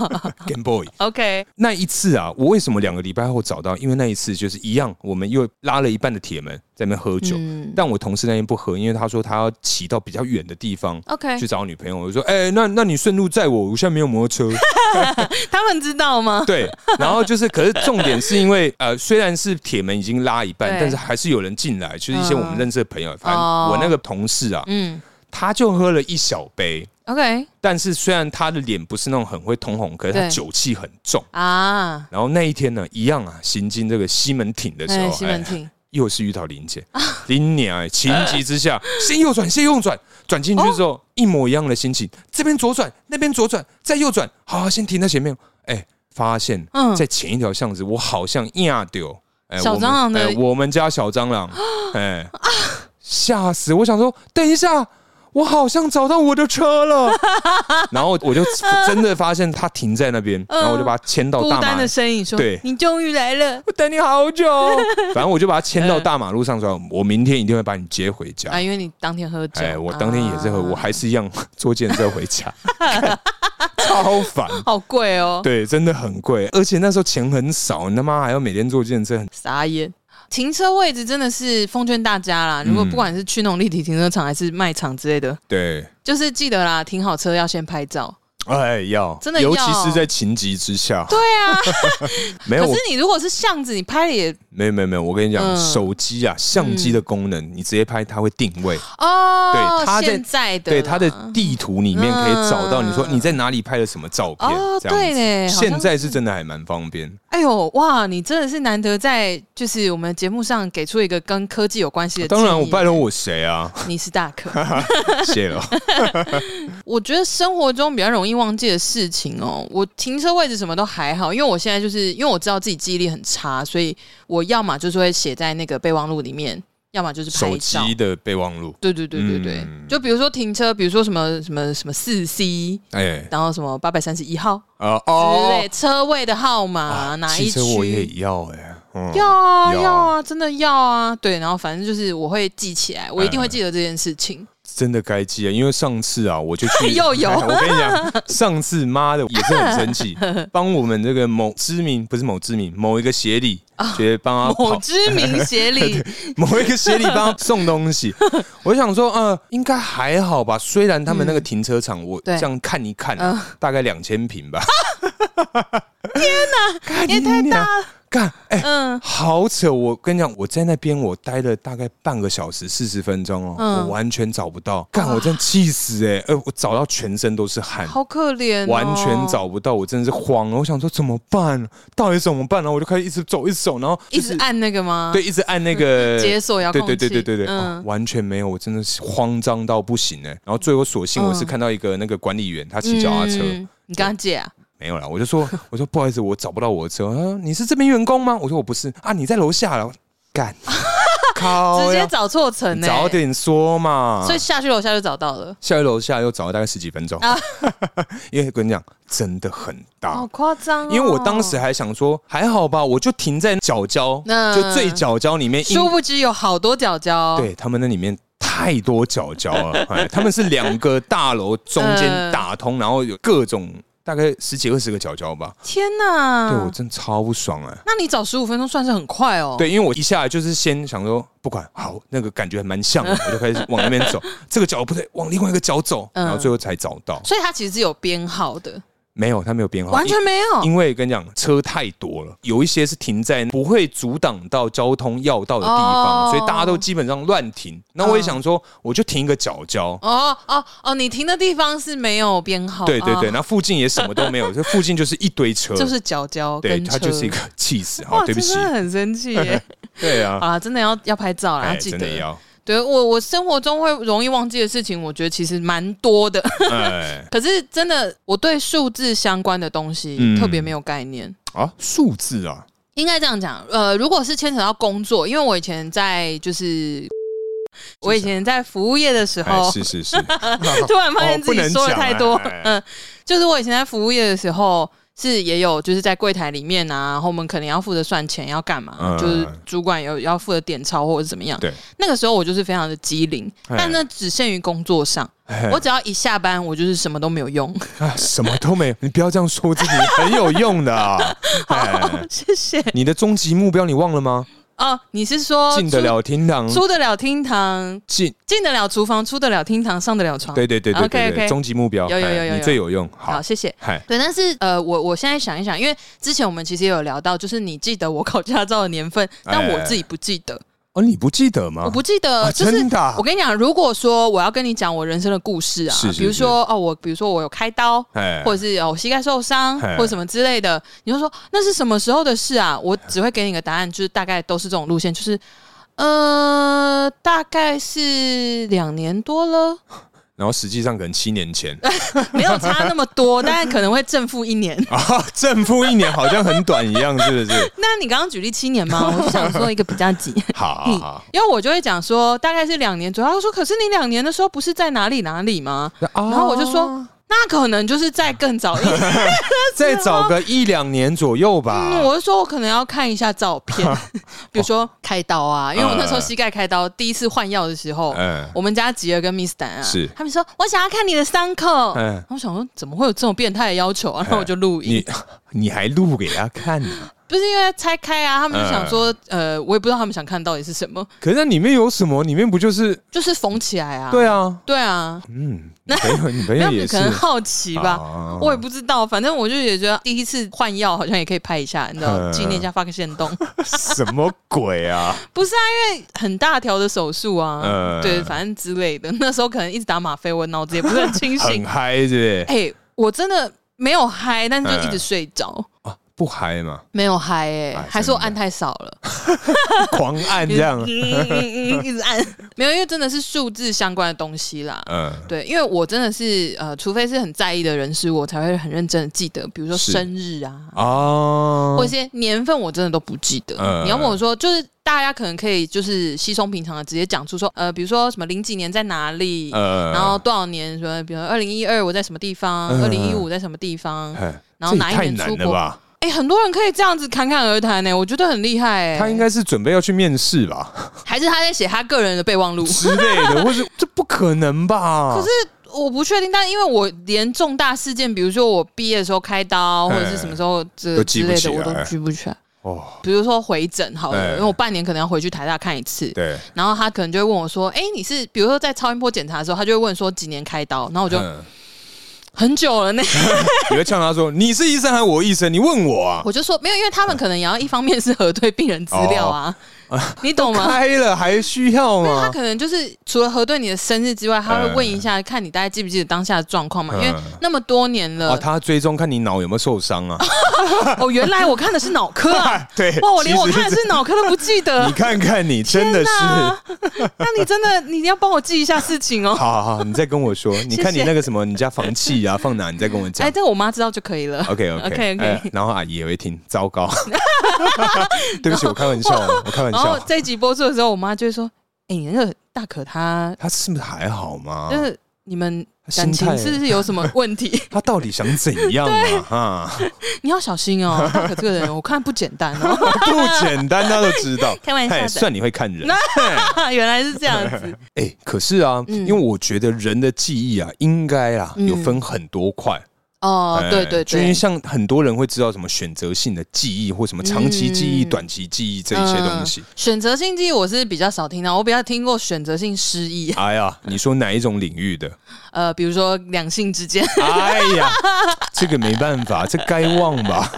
A: Game Boy。
B: OK，
A: 那一次啊，我为什么两个礼拜后找到？因为那一次就是一样，我们又拉了一半的铁门在那边喝酒，
B: 嗯
A: 但我同事那天不喝，因为他说他要骑到比较远的地方。
B: ，OK，
A: 去找女朋友，我就说，哎、那那你顺路载我，我现在没有摩托车。
B: 他们知道吗？
A: 对，然后就是，可是重点是因为，呃，虽然是铁门已经拉一半，
B: 对嗯
A: 但是还是有人进来，就是一些我们认识的朋友。反正
B: 哦
A: 我那个同事啊，
B: 嗯
A: 他就喝了一小杯，
B: ，OK
A: 但是虽然他的脸不是那种很会通红，可是他
B: 对
A: 酒气很重。
B: 啊，
A: 然后那一天呢，一样啊，行经这个西门町的时
B: 哎，
A: 候，
B: 西门町，
A: 又是遇到林姐，林娘哎，情急 之下先右转，先右转，转进去之后、一模一样的心情，这边左转，那边左转，再右转，好，先停在前面，哎，发现
B: 嗯
A: 在前一条巷子，我好像压丢，哎，
B: 小
A: 我们
B: 蟑螂的
A: 哎我们家小 蟑螂，哎，吓死！我想说，等一下。我好像找到我的 车了，然后我就真的发现它停在那边，然后我就把它牵到
B: 嗯孤
A: 大马
B: 单的身影说
A: 对：“
B: 你终于来了。
A: 我等你好 久。反正我就把他牵到大马路上说，我明天一定会把你接回”家
B: 啊，。因为你当天喝酒，
A: 哎，我当天也是和
B: 啊
A: 我还是一样坐电车 回家，看超烦。
B: 好贵哦，
A: 对，真的很贵，而且那时候钱很少，你他妈还要每天坐电车，很
B: 傻眼。停车位置真的是奉劝大家啦，如果
A: 嗯
B: 不管是去那种立体停车场还是卖场之类的，
A: 对。
B: 就是记得啦，停好车要先拍照。
A: 哎，要
B: 真的要
A: 尤其是在情急之下，
B: 对啊，
A: 没有
B: 可
A: 哎我
B: 是你如果是巷子，你拍的也
A: 没有没有没有，我跟你讲，
B: 嗯
A: 手机啊，相机的功能，你直接拍它会定位，
B: 哦
A: 对，它在
B: 现在的啦啊
A: 对它的地图里面可以找到你说
B: 嗯
A: 你在哪里拍了什么照片，
B: 哦
A: 这样子
B: 对嘞好像
A: 现在是真的还蛮方便。
B: 哎呦哇，你真的是难得在就是我们节目上给出一个跟科技有关系的建
A: 当
B: 议。
A: 然，我拜托我谁啊？
B: 你是大可。
A: 谢了。
B: 我觉得生活中比较容易忘记的事情哦，我停车位置什么都还好，因为我现在就是因为我知道自己记忆力很差，所以我要么就是会写在那个备忘录里面，要么就是拍
A: 手
B: 照。
A: 机的备忘录，
B: 对对对对对，
A: 嗯
B: 就比如说停车，比如说什么什么什么四 C，
A: 哎，
B: 然后什么八百三十一号
A: 啊
B: 之
A: 哦
B: 类、，车位的号码、
A: 啊
B: 哪一
A: 汽车我也
B: 区？
A: 要哎，嗯
B: 要啊
A: 要
B: 要啊，真的要啊！对，然后反正就是我会记起来，我一
A: 嗯
B: 定会记得这件事情。
A: 真的该记啊，因为上次啊，我就去
B: 又有
A: 我跟你讲，上次妈的 也是很生气，帮我们这个某知名不是某知名某一个协 理，觉得帮他
B: 哦某
A: 跑
B: 知名协 理
A: 某一个协理帮他送 东西，我想说，呃，应该还好吧。虽然他们那个停车场，我
B: 嗯对
A: 这样看一看
B: 嗯，
A: 大概两千 平吧。天哪，也太大了！干，哎，
B: 嗯，
A: 好扯！我跟你讲，我在那边我待了大概半个小时四十分钟哦，
B: 嗯
A: 我完全找不到，干，我真的气死哎、哎、我找到全身都是汗。
B: 好可怜、哦，
A: 完全找不到，我真的是慌了。我想说怎么办？到底怎么办呢？我就开始一直走，一直走，然后、
B: 一
A: 就是、
B: 直按那个吗？
A: 对，，一直按那 个
B: 解锁遥控
A: 对
B: 器。
A: 对对对对对，哦
B: 嗯，
A: 完全没有，我真的是慌张到不行哎、然后最后索性我是
B: 嗯
A: 看到一个那个管理员，他骑脚踏车，
B: 嗯你跟他借啊？
A: 没有啦，我就说 我说不好意思，我找不到我的车。他说你是这边员工吗？我说我不是啊，你在楼下了， 干，靠呀，
B: 直接找错层
A: 哦你
B: 呢、
A: 早点说嘛。
B: 所以下去楼下就找到了，
A: 下去楼下又找了大概十几分钟，
B: 啊
A: 因为跟你讲真的很大。
B: 好夸张、哦！
A: 啊因为我当时还想说，还好吧，我就停在角胶，
B: 嗯
A: 就最角胶里面，
B: 殊不知有好多角哦角，
A: 对他们那里面太多角角 了，哎，他们是两个大楼中
B: 嗯
A: 间打通，然后有各种大概十几二十个角角吧。
B: 天哪！
A: 对我真超不爽哎、
B: 那你找十五分钟算是很快哦。，
A: 对，因为我一下来就是先想说不管好，那个感觉还蛮像的，我就开始往那边 走，这个角不对，往另外一个角走，
B: 嗯
A: 然后最后才找到。
B: 所以它其实是有编号的，
A: 没有，他没有编号，
B: 完全没有
A: 哦因。因为跟你讲，车太多了，有一些是停在不会阻挡到交通要道的地方，
B: 哦
A: 所以大家都基本上乱停。那我也想说，我就停一个角角，
B: 哦哦哦，你停的地方是没有编号，
A: 对对对，
B: 哦
A: 那附近也什么都没有，这附近就是一堆车，
B: 就是角角
A: 对，
B: 跟车，
A: 它就是一个气死，好，
B: 哇，
A: 对不起
B: 真，的很生气 耶！
A: 对啊，
B: 啊，真的要要拍照啦，
A: 哎，
B: 要记
A: 真
B: 得。
A: 的要，
B: 对我，我生活中会容易忘记的事情，我觉得其实蛮多的。
A: 哎，
B: 可是真的，我对数字相关的东西
A: 嗯
B: 特别没有概念。
A: 啊，数字啊，
B: 应该这样讲，呃，如果是牵扯到工作，因为我以前在就是我以前在服务业的时
A: 哎，
B: 候，
A: 是是是，哦
B: 突然发现自己哦说的太多，
A: 哦不能讲哎
B: 嗯，就是我以前在服务业的时候。是也有，就是在柜台里面啊，然后我们可能要负责算钱，要干嘛，
A: 嗯
B: 就是主管有要负责点钞或者怎么样。
A: 对，
B: 那个时候我就是非常的机灵，
A: 哎
B: 但那只限于工作上。
A: 哎
B: 我只要一下班，我就是什么都没有用。
A: 啊，什么都没有，你不要这样说自己，很有用 的啊，哎，
B: 谢谢。
A: 你的终极目标你忘了吗？
B: 哦，你是说
A: 进得
B: 出
A: 了厅堂，
B: 出得了厅堂，
A: 进，
B: 进得了厨房，出得了厅堂，上得了床。
A: 对对对对对
B: 哦 OK，OK
A: 对，终极目标，
B: 有有
A: 哎
B: 有有
A: 你
B: 有
A: 最有用，
B: 好，
A: 好，哎
B: 谢谢。
A: 嗨，
B: 对，但是呃，我我现在想一想，因为之前我们其实也有聊到，就是你记得我考驾照的年份，但
A: 哎
B: 我自己不记得，
A: 哦，你不记得吗？
B: 我不记得，
A: 啊
B: 就是
A: 真的啊
B: 我跟你讲，如果说我要跟你讲我人生的故事啊，
A: 是是是
B: 比如说哦，我比如说我有开刀，
A: 哎，
B: 或者是哦我膝盖受伤
A: 哎
B: 或者什么之类的，你就说那是什么时候的事啊？我只会给你个答案，就是大概都是这种路线，就是呃，大概是两年多 了，
A: 然后实际上可能七年前
B: 没有差那么多，但可能会正负一 年。
A: 啊，正负一年好像很短一样，是不 是？
B: 那你刚刚举例七年 吗？我就想说一个比较急，
A: 好好好
B: 因为我就会讲说大概是两年左右。他说：“可是你两年的时候不是在哪里哪里吗？”然后我就说：“啊那可能就是在更早一点。”
A: 再找个一两年左右吧。
B: 啊嗯，我就说我可能要看一下照片， 比如说开刀啊，因为我那时候膝盖开刀，第一次换药的时候，
A: 嗯
B: 我们家吉儿跟 Miss 丹啊，
A: 是
B: 他们说我想要看你的伤口，
A: 嗯
B: 然后我想说怎么会有这种变态的要求啊，然后我就录影
A: 你， 你还录给他看呢、
B: 不是因为拆开啊，他们就想说，呃，我也不知道他们想看到底是什么，
A: 可是那里面有什么？里面不就是
B: 就是缝起来啊，
A: 对 啊？
B: 对啊，
A: 嗯，你朋友，你朋
B: 那
A: 友
B: 他
A: 也
B: 们
A: 是
B: 可能好奇吧。
A: 啊
B: 我也不知道，反正我就也觉得第一次换药好像也可以拍一下，你知道，
A: 嗯
B: 纪念一下发个线动。
A: 什么鬼啊？
B: 不是啊，因为很大条的手术啊，
A: 嗯
B: 对，反正之类的。 那时候可能一直打吗啡，我脑子也不是很清
A: 很
B: 醒。
A: 嗨是不是？
B: 哎、我真的没有嗨，但是就一直睡着，
A: 啊，不 嗨嘛，
B: 没有嗨哎、
A: 哎
B: 还是我按太少了，
A: 狂按 这样。啊
B: 嗯嗯嗯一直按， 没有，因为真的是数字相关的东西啦。
A: 嗯，
B: 对，因为我真的是呃，除非是很在意的人事物，我才会很认真的记得，比如说
A: 是
B: 生日啊，
A: 哦
B: 或一些年份我真的都不记得。
A: 嗯
B: 你要问我说，就是大家可能可以就是稀松平常的直接讲出说，呃，比如说什么零几年在哪里，
A: 呃
B: 然后多少年什么，比如二零一二我在什么地方，
A: 嗯
B: 二零一五在什么地方，
A: 哎
B: 然后哪一
A: 这也
B: 年
A: 太
B: 出
A: 难了
B: 国
A: 吧？
B: 哎、很多人可以这样子侃侃而谈呢、我觉得很厉害哎、
A: 他应该是准备要去面试吧
B: 还是他在写他个人的备忘录。
A: 之类的，或者这不可能吧？
B: 可是我不确定，但因为我连重大事件，比如说我毕业的时候开刀，或
A: 哎
B: 者是什么时候这
A: 都记
B: 之
A: 不
B: 类
A: 起
B: 的，我都
A: 来
B: 记不起来。
A: 哦，
B: 比如说回诊好了，
A: 哎
B: 因为我半年可能要回去台大看一次，
A: 对，
B: 然后他可能就会问我说：“哎、你是比如说在超音波检查的时候，他就会问说几年开刀？”然后我就、
A: 嗯
B: 很久 了呢，
A: 你会呛他说：“你是医生还是我医生？你问我啊
B: 我就说没有，因为他们可能也要一方面是核对病人资料啊， 你？”懂吗？
A: 哦开了还需要
B: 他
A: 吗？
B: 可能就是除了核对你的生日之外，他会
A: 嗯
B: 问一下，看你大概记不记得当下的状况嘛？因
A: 嗯
B: 为那么多年了
A: 啊，，他追踪看你脑有没有受伤啊？，
B: 哦，原来我看的是脑科啊
A: 对
B: 哇，我连
A: 其
B: 我
A: 实是
B: 看的是脑科都不记得
A: 你，看看你，真的是，
B: 天哪那你真的你要帮我记一下事情哦。
A: 好好好，你再跟 我说，你看你那个什么，你家房契啊放哪？你再跟我
B: 哎，
A: 讲。
B: 这我妈知道就可以了。
A: OK OK
B: OK，OK
A: 然后阿姨也会听，糟糕，对不起，我开玩笑，我开玩
B: 然后
A: 笑。
B: 这一集播出的时候，我妈就会说：“哎，你那个大可他
A: 他是不是还好吗？
B: 就是你们
A: 她啊心
B: 感情
A: 态
B: 是不是有什么问题？”
A: 他到底想怎样啊？哈，
B: 你要小心哦，大可这个人我看不简单 哦。
A: 不简单，他都知道。
B: 开玩笑的
A: 嘿算你会 看人。
B: 原来是这样子，
A: 哎、可是啊，
B: 嗯
A: 因为我觉得人的记忆啊，应该啊、
B: 嗯
A: 有分很多块。
B: 哦
A: 哎，
B: 对对
A: 就因为
B: 对，
A: 像很多人会知道什么选择性的记忆或什么长期记忆、
B: 嗯
A: 短期记忆这一些东西。
B: 选择性记忆我是比较少听到，我比较听过选择性失忆，
A: 哎呀，你说哪一种领域的？
B: 呃，比如说两性之间
A: 哎呀，这个没办法，这该忘吧？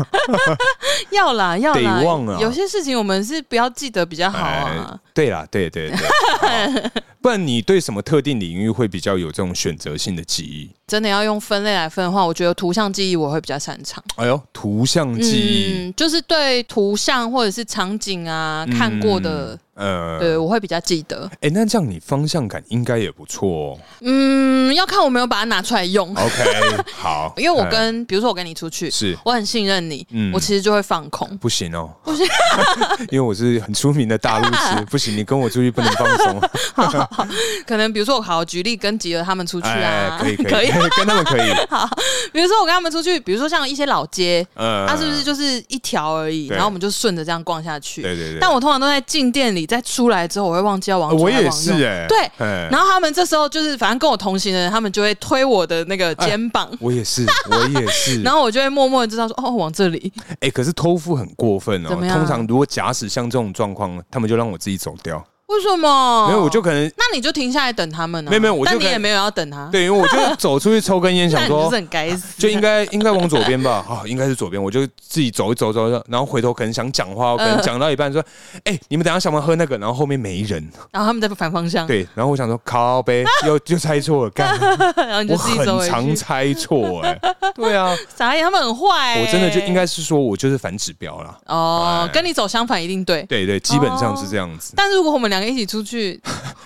B: 要啦要啦，
A: 得忘啊
B: 有些事情我们是不要记得比较 好
A: 哎
B: 啊。，
A: 对啦，对对 对。好不然你对什么特定领域会比较有这种选择性的记忆？
B: 真的要用分类来分的话，我觉得图像记忆我会比较擅长。
A: 哎呦，图像记忆，
B: 嗯，就是对图像或者是场景啊
A: 嗯
B: 看过的，
A: 呃，
B: 嗯对我会比较记得。
A: 哎、那这样你方向感应该也不错哦。
B: 嗯，要看我没有把它拿出来用，
A: OK，好，
B: 因为我
A: 哎
B: 跟比如说我跟你出去，
A: 是
B: 我很信任你，
A: 嗯
B: 我其实就会放 空。
A: 不行哦，不行，因为我是很出名的大陆 师，不行，你跟我出去不能放松。
B: 可能比如说我好举例跟吉儿他们出去啊，
A: 哎可以可以， 跟他们可以，
B: 比如说我跟他们出去，比如说像一些老街，
A: 呃，
B: 啊它是不是就是一条而已？
A: 对
B: 然后我们就顺着这样逛下去。
A: 对对对
B: 但我通常都在进店里，再出来之后，我会忘记要往
A: 呃
B: 左
A: 我
B: 还往
A: 也
B: 右。
A: 是哎，
B: 对
A: 哎
B: 然后他们这时候就是，反正跟我同行的人，他们就会推我的那个肩膀，
A: 我也是，我也哎是。
B: 然后我就会默默的知道说，哦，往这里。
A: 哎、可是偷夫很过分哦。
B: 怎么样
A: 通常如果假使像这种状况，他们就让我自己走掉，
B: 为什么？
A: 没有我就可能
B: 哦那你就停下来等他们啊。
A: 没有没有我就
B: 但你
A: 可以
B: 也没有要等他。，
A: 对，因为我就走出去抽根 烟，
B: 那
A: 想
B: 你就
A: 说
B: 是很该死。
A: 就应该应该往左边吧， 啊、应该是左边，我就自己走一走走一走，然后回头可能想讲话，可能
B: 嗯
A: 讲到一半说，哎、你们等一下想不想喝那个？然后后面没人，
B: 然后他们在反方向，
A: 对，然后我想说靠呗，又又猜错了，干，
B: 然后你
A: 我
B: 就自己走
A: 很
B: 回
A: 常
B: 去。
A: 猜 错哎、 对啊，
B: 傻眼，他们很坏、欸。
A: 我真的就应该是说我就是反指标啦，
B: 哦
A: 哎，
B: 跟你走相反一定对。
A: 对对，基本上是这样子。
B: 但是如果我们两个一起出去，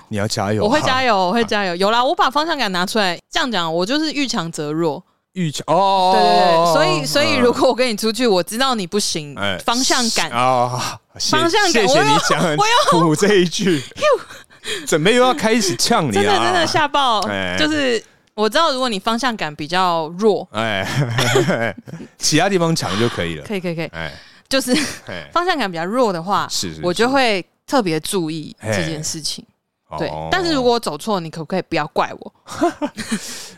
A: 你要加油，
B: 哦我会加
A: 油。
B: 油，我会加油。有啦，我把方向感拿出来，这样讲，我就是遇强则弱。
A: 遇强哦，
B: 对对对，所以所以
A: 嗯
B: 如果我跟你出去，我知道你不行，
A: 哎
B: 方向感
A: 啊，谢
B: 方向感
A: 谢谢
B: 我又
A: 你讲 补这一句， 准备又要开始呛你
B: 真
A: 啊！
B: 的真的吓爆，
A: 哎
B: 就是我知道，如果你方向感比较弱，
A: 哎， 其他地方强就可以了。
B: 可以可以可以，
A: 哎
B: 就是
A: 哎，
B: 方向感比较弱的话，
A: 是是
B: 我
A: 是
B: 就会特别注意
A: 嘿
B: 这件事情。对
A: 哦，
B: 但是如果我走错，你可不可以不要怪 我？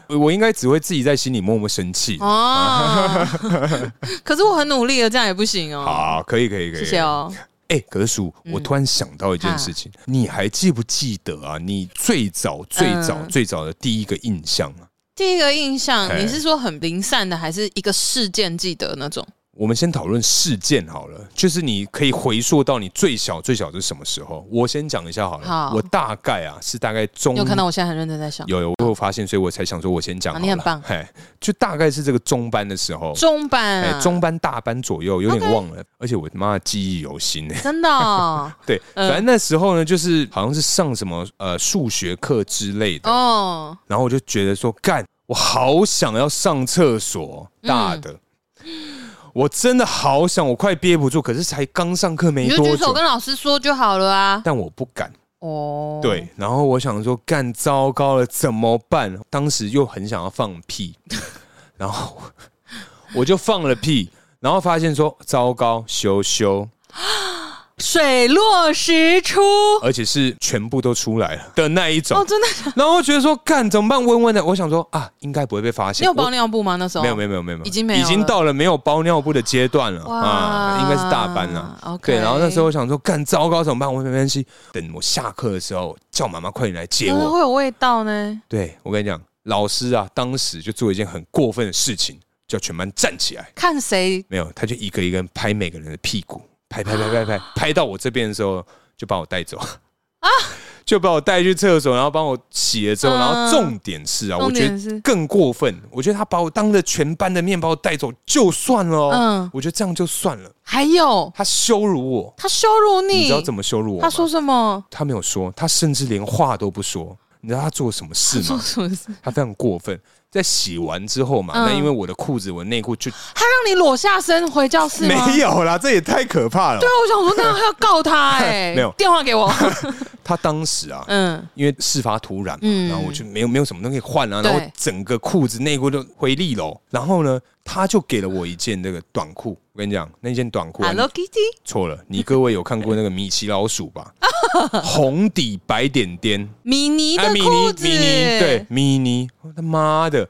A: 我应该只会自己在心里默默生气。
B: 哦， 可是我很努力了，这样也不行哦。
A: 好，可以可以可以，
B: 谢谢。哦。
A: 哎，格叔，
B: 嗯
A: 我突然想到一件事情，你还记不记得啊？你最早最早
B: 嗯
A: 最早的第一个印象啊？
B: 第一个印象，
A: 嘿
B: 你是说很零散的，还是一个事件记得那种？
A: 我们先讨论事件好了，就是你可以回溯到你最小最小是什么时候？我先讲一下好了。
B: 好
A: 我大概啊是大概中
B: 你有看到我现在很认真在想，
A: 有有我有发现，所以我才想说我先讲好
B: 啊
A: 了。
B: 你很棒
A: 嘿，就大概是这个中班的时候，
B: 中班
A: 哎
B: 啊，
A: 中班大班左右有点忘了，而且我他妈记忆犹新呢。欸
B: 真的 哦
A: 对，
B: 嗯
A: 反正那时候呢，就是好像是上什么呃数学课之类的，
B: 哦，
A: 然后我就觉得说，干，我好想要上厕所，
B: 嗯
A: 大的，我真的好想，我快憋不住，可是才刚上课没
B: 你就
A: 多
B: 举手
A: 久，
B: 跟老师说就好了啊。
A: 但我不敢。
B: 哦，
A: 对，然后我想说，干，糟糕了，怎么办？当时又很想要放 屁，然后我我就放了屁，然后发现说，糟糕，羞羞，
B: 水落石出。
A: 而且是全部都出来了的那一种
B: 哦，。真的？
A: 然后我觉得说，干，怎么办？温温的，我想说啊，应该不会被发现。
B: 你有
A: 我
B: 包尿布吗？那时候
A: 没有没有没有没有，
B: 已经没有
A: 已经
B: 了
A: 到了没有包尿布的阶段了
B: 哇
A: 啊，应该是大班了。
B: OK
A: 对，然后那时候我想说，干糟糕怎么办？我没关系，等我下课的时候叫妈妈快点来接
B: 真的
A: 我。
B: 会有味道呢。
A: 对我跟你讲，老师啊，当时就做一件很过分的事情，叫全班站起来。
B: 看谁
A: 没有，他就一个一个人拍每个人的屁股，拍拍拍拍拍，
B: 啊
A: 拍到我这边的时候就把我带走啊， 就把我带去厕所，然后帮我洗了之后，
B: 嗯
A: 然后重点是啊，我
B: 重
A: 觉
B: 点
A: 得
B: 是
A: 更过分，我觉得他把我当着全班的面把我带走就算了、哦，
B: 嗯
A: 我觉得这样就算了，
B: 还有
A: 他羞辱我，
B: 他羞辱你，
A: 你知道怎么羞辱我吗？
B: 他说什么？
A: 他没有说，他甚至连话都不说，你知道他做什么事
B: 他说
A: 吗？
B: 什么事？
A: 他非常过分，在洗完之后嘛，
B: 嗯
A: 那因为我的裤子、我内裤就
B: 他让你裸下身回教室吗？
A: 没。有啦，这也太可怕了吧。
B: 对啊，我想说那样还要告他 哎、
A: 没有
B: 电话给 我。
A: 他当时啊，
B: 嗯，
A: 因为事发突然嘛，
B: 嗯
A: 然后我就没有没有什么东西换啊，
B: 对
A: 然后整个裤子内裤都回力楼，然后呢，他就给了我一件那个短裤。我跟你讲，那件短裤啊
B: Hello Kitty，
A: 错了，你各位有看过那个米奇老鼠 吧？红底白点点，
B: 米妮的
A: 啊，米
B: 裤
A: 妮，
B: 子、哦
A: 米妮，对，。米妮，我他妈的，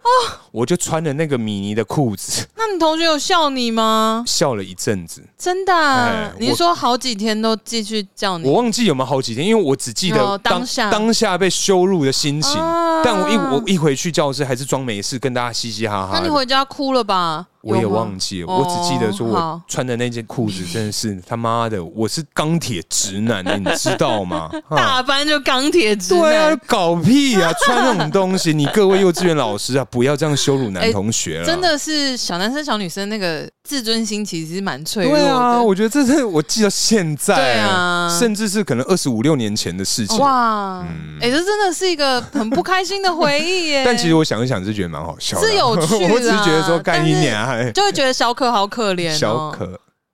A: 我就穿了那个米妮的裤子，
B: 那你同学有笑你吗？
A: 笑了一阵子，
B: 真的啊、
A: 哎
B: 你
A: 我
B: 是说好几天都继续叫你
A: 我忘记有没有好几天，因为我只记得
B: 哦
A: 当
B: 当下
A: 当下被羞辱的心情，
B: 啊
A: 但我一我一回去教室还是装没事，跟大家嘻嘻哈哈
B: 那你
A: 的。
B: 回家哭了吧？
A: 我也
B: 有吗
A: 忘记了，
B: 哦
A: 我只记得说我
B: 好
A: 穿的那件裤子真的是他妈的，我是钢铁直 男的，你知道吗？啊
B: 大班就钢铁直
A: 对啊
B: 男，，
A: 搞屁啊！穿那种东西，你各位幼稚园老师啊，不要这样羞辱男
B: 哎
A: 同学了。
B: 真的是小男生小女生那个自尊心其实是蛮脆弱的。
A: 对啊，我觉得这是我记到现在，
B: 对啊
A: 甚至是可能二十五六年前的事情。
B: 哇，哎、这真的是一个很不开心的回忆耶。
A: 嗯 但其实我想一想，是觉得蛮好笑的，
B: 是 有趣啦
A: 我只是觉得说，干一年啊，哎
B: 就会觉得小可好可怜、哦，
A: 小可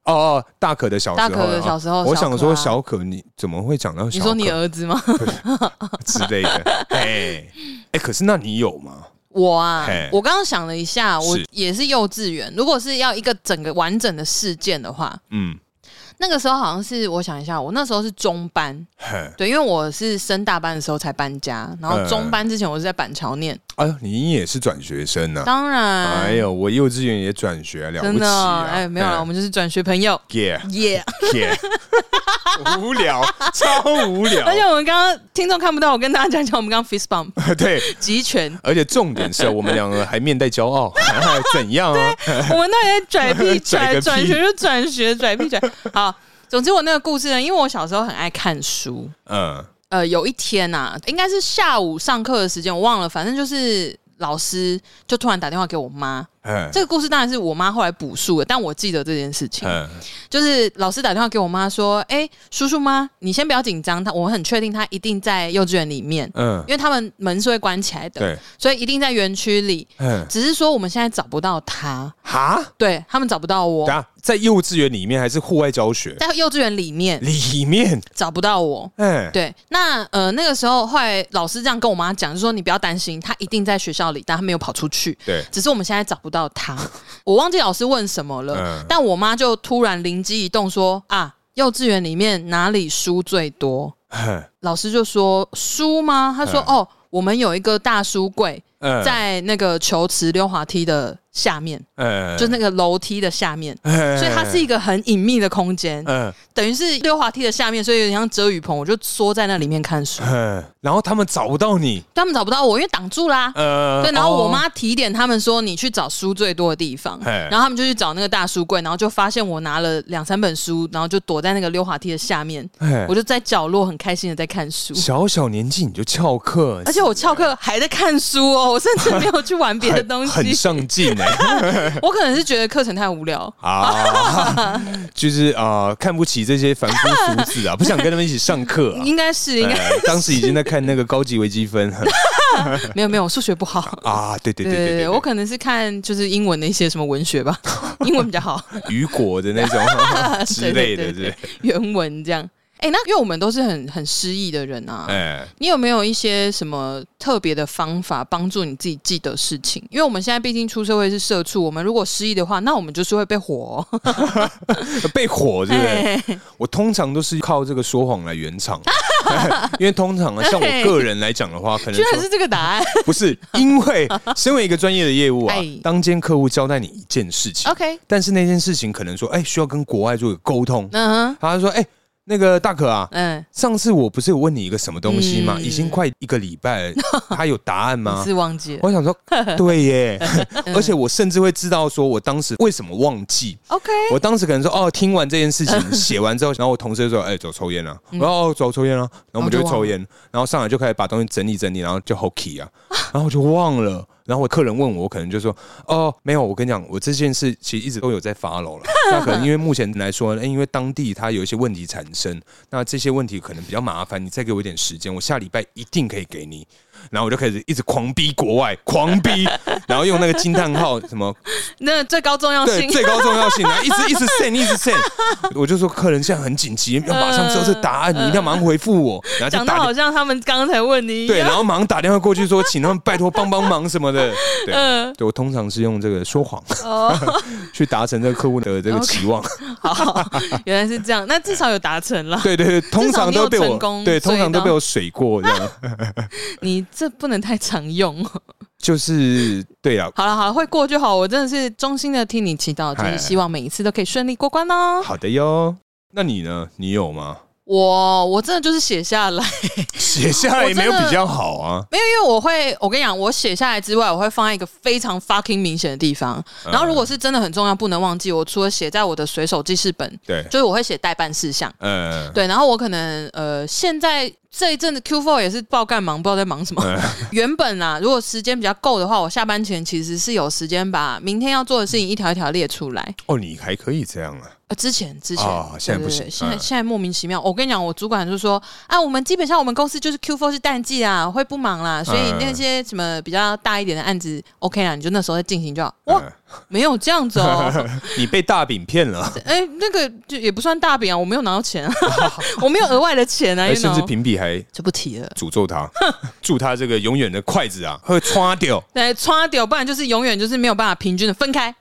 A: 哦哦，大可的小时候啊，
B: 大可的小时候
A: 我想说
B: 小
A: 小可，你怎么会讲到
B: 你说
A: 小可啊
B: 你儿子吗？
A: 之类 的？哎哎，可是那你有吗？
B: 我啊
A: 嘿，
B: 我刚刚想了一下，我
A: 是
B: 也是幼稚园。如果是要一个整个完整的事件的话，
A: 嗯，
B: 那个时候好像是我想一下，我那时候是中班，
A: 嘿，
B: 对，因为我是升大班的时候才搬家，然后
A: 嗯
B: 中班之前我是在板桥念，
A: 哎呦，你也是转学生呐？
B: 当然，
A: 哎呦，我幼稚园也转学，了
B: 真
A: 不起
B: 的哦
A: 啊！
B: 哎没有啦，我们就是转学朋友，
A: 耶
B: 耶！
A: 耶，无聊，超无聊
B: 而。且我们刚刚听众看不到，我跟大家讲讲我们刚刚 fist bump
A: 对，
B: 集拳，
A: 而且重点是我们两个还面带骄傲， 怎样啊？
B: 我们那也在拽屁
A: 拽
B: 拽
A: 个屁
B: 转学就转学拽屁拽。好，总之我那个故事呢，因为我小时候很爱看书，
A: 嗯
B: 呃，有一天呐、啊，应该是下午上课的时间，我忘了，反正就是老师就突然打电话给我妈。
A: 嗯
B: 这个故事当然是我妈后来补述的，但我记得这件事情。
A: 嗯
B: 就是老师打电话给我妈说：“哎、叔叔妈，你先不要紧张，他我很确定他一定在幼稚园里面，
A: 嗯
B: 因，为他们门是会关起来的，
A: 对，
B: 所以一定在园区里。
A: 嗯，
B: 只是说我们现在找不到他，
A: 哈，
B: 对他们找不到
A: 等
B: 我，
A: 下在幼稚园里面还是户外教学
B: 在幼稚园里面
A: 里面？
B: 找不到我。
A: 哎，
B: 对，那呃那个时候后来老师这样跟我妈讲，就说你不要担心，他一定在学校里，但他没有跑出去。
A: 对
B: 只是我们现在找不到他。我忘记老师问什么了，
A: 嗯
B: 但我妈就突然灵机一动说啊，幼稚园里面哪里书最多？
A: 嗯
B: 老师就说书吗？他说、
A: 嗯
B: 哦，我们有一个大书柜
A: 嗯，
B: 在那个球池溜滑梯的下面，
A: 嗯
B: 就是那个楼梯的下面。
A: 那
B: 所以它是一个很隐秘的空间，
A: 嗯
B: 等于是溜滑梯的下面，所以有点像遮雨棚。我就缩在那里面看书，
A: 嗯，然后他们找不到你，
B: 他们找不到我，因为挡住啦、
A: 呃，
B: 对，然后我
A: 哦，
B: 妈提点他们说，你去找书最多的地方，
A: 嘿
B: 然后他们就去找那个大书柜，然后就发现我拿了两三本书，然后就躲在那个溜滑梯的下面，
A: 哎
B: 我就在角落很开心的在看书，
A: 小小年纪你就翘课，
B: 而且我翘课还在看书哦，我甚至没有去玩别的东
A: 很很
B: 西，
A: 上进哎
B: 我可能是觉得课程太无聊。
A: 啊，就是啊，看不起这些凡夫俗子啊，不想跟他们一起上课啊。
B: 应该是应该
A: 哎当时已经在看那个高级微积分
B: 没有没有，我数学不好。
A: 啊，对对对对对，
B: 我可能是看就是英文的一些什么文学 吧，英文比较好
A: 雨果的那 种之类的，
B: 对对对
A: 对，
B: 原文这样。哎、那因为我们都是很很失意的人啊，
A: 哎，
B: 你有没有一些什么特别的方法帮助你自己记得事情？因为我们现在毕竟出社会是社畜，我们如果失忆的话，那我们就是会被火、哦。
A: 被火对不对？
B: 嘿
A: 我通常都是靠这个说谎来 圆场，因为通常啊，像我个人来讲的话，可能
B: 哎居然
A: 说
B: 是这个答案。
A: 不是，因为身为一个专业的业务啊
B: 哎，哦
A: 当间客户交代你一件事情，
B: OK，
A: 但是那件事情可能说，哎，需要跟国外做一个沟通，
B: 嗯哼，
A: 他就说，哎，那个大可啊。
B: 嗯，
A: 上次我不是有问你一个什么东西吗？
B: 嗯
A: 已经快一个礼拜 了，他有答案吗
B: 你？是忘记了。
A: 我想说，对耶，而且我甚至会知道说我当时为什么忘记。
B: OK，
A: 我当时可能说哦，听完这件事情写完之后，然后我同事就说，哎、走抽烟了、我说哦，走抽烟了、然后我哦们就去抽烟，然后上来就开始把东西整理整理，然后就 h o k e y 啊，然后我就忘了。然后我客人问我，我可能就说哦，没有，我跟你讲，我这件事其实一直都有在发楼 了。那可能因为目前来说，哎因为当地它有一些问题产生，那这些问题可能比较麻烦，你再给我一点时间，我下礼拜一定可以给你。然后我就开始一直狂逼国外，狂 逼，然后用那个惊叹号什么
B: 那最高重要
A: 对，
B: 性。
A: 最高重要性，然后一直一直 send，一直 send，我就说客人现在很紧急，要马上知道这答案，你一定要马上回复我，然后
B: 嗯
A: 就
B: 讲的
A: 打
B: 好像他们刚才问你一
A: 对，
B: 样。
A: 然后马上打电话过去说，请他们拜托帮帮忙什么的，对。
B: 嗯，
A: 对，我通常是用这个说谎
B: 哦，
A: 去达成这个客户的这个期望。
B: 好， 原来是这样，那至少有达成了。
A: 对对对，通常都
B: 至少你
A: 被
B: 有
A: 我
B: 成功
A: 对，通常
B: 追
A: 都
B: 到
A: 被我水过，这样
B: 你这不能太常用。
A: 就是对 啊。
B: 好了好了，会过就好。我真的是衷心的替你祈祷，就
A: 哎
B: 是希望每一次都可以顺利过关哦。
A: 好的哟，那你呢？你有吗？
B: 我我真的就是写下来。
A: 写下来也没有
B: 我真的
A: 比较好啊。
B: 没有，因为我会，我跟你讲，我写下来之外，我会放在一个非常 fucking 明显的地方。然后，如果是真的很重要，不能忘记，我除了写在我的随手记事本，
A: 对，
B: 就是我会写代办事项。
A: 嗯，
B: 对，然后我可能呃，现在这一阵子 Q4 也是爆干忙，不知道在忙什么。 原本啊，如果时间比较够的话，我下班前其实是有时间把明天要做的事情一条一条列出来。
A: 哦，你还可以这样啊。
B: 呃，之前之前，
A: 哦现在
B: 对
A: 不
B: 对
A: 行
B: 对现在、
A: 嗯
B: 现在莫名其妙。我跟你讲，我主管就说啊，我们基本上我们公司就是 Q4 是淡季啊，会不忙啦，所以
A: 嗯
B: 那些什么比较大一点的案子 OK 啦，你就那时候再进行就好。哇，
A: 嗯
B: 没有这样子哦，
A: 你被大饼骗 了，
B: 哎、那个就也不算大饼啊，我没有拿到 钱、啊，我没有额外的钱啊，
A: 哎
B: you
A: 甚至
B: know。
A: 评比还
B: 就不提了，
A: 诅 咒他，祝他这个永远的筷子啊会穿掉，
B: 对，刷掉，不然就是永远就是没有办法平均的分开。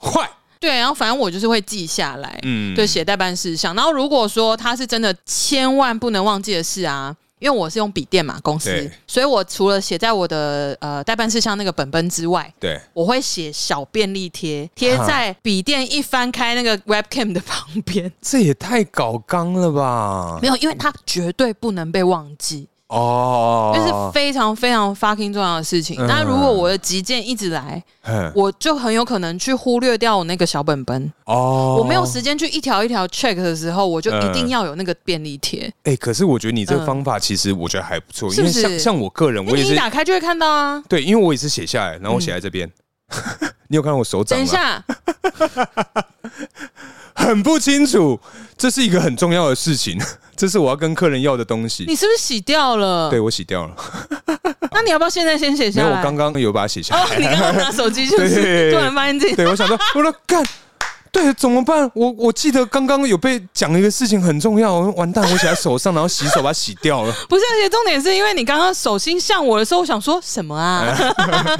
A: 坏，
B: 对，然后反正我就是会记下来，
A: 嗯，
B: 对，写代办事项。然后如果说他是真的千万不能忘记的事啊，因为我是用笔电嘛，公司
A: 对，
B: 所以我除了写在我的呃代办事项那个本本之外，
A: 对，
B: 我会写小便利贴，
A: 啊
B: 贴在笔电一翻开那个 webcam 的旁边。
A: 这也太搞纲了吧？
B: 没有，因为它绝对不能被忘记。
A: 哦，
B: 就是非常非常 fucking 重要的事情。
A: 嗯
B: 那如果我的急件一直来，
A: 嗯
B: 我就很有可能去忽略掉我那个小本本，
A: 哦，
B: 我没有时间去一条一条 check 的时候，我就一定
A: 嗯
B: 要有那个便利贴，
A: 哎、可是我觉得你这
B: 嗯
A: 个方法其实我觉得还不错，
B: 是
A: 因为
B: 不嗯是
A: 像像我个人，
B: 因
A: 我
B: 为
A: 也
B: 你一
A: 是
B: 打开就会看到啊。
A: 对，因为我也是写下来，然后我写在这边。 你有看到我手掌
B: 嗯等
A: 吗？
B: 一 下，
A: 很不清楚，这是一个很重要的事情，这是我要跟客人要的东西。
B: 你是不是洗掉了？
A: 对，我洗掉了，
B: 那你要不要现在先写
A: 没
B: 下
A: 有，
B: 来？
A: 我刚刚有把它写下来。
B: 哦， 你刚刚拿手机就
A: 对对对
B: 是
A: 对
B: 突然发现自己
A: 对，我想说，我说干，对，怎么办？我我记得刚刚有被讲一个事情很重要，我完蛋，我写在手上，然后洗手把它洗掉了。
B: 不是，而且重点是因为你刚刚手心向我的时候，我想说什么啊？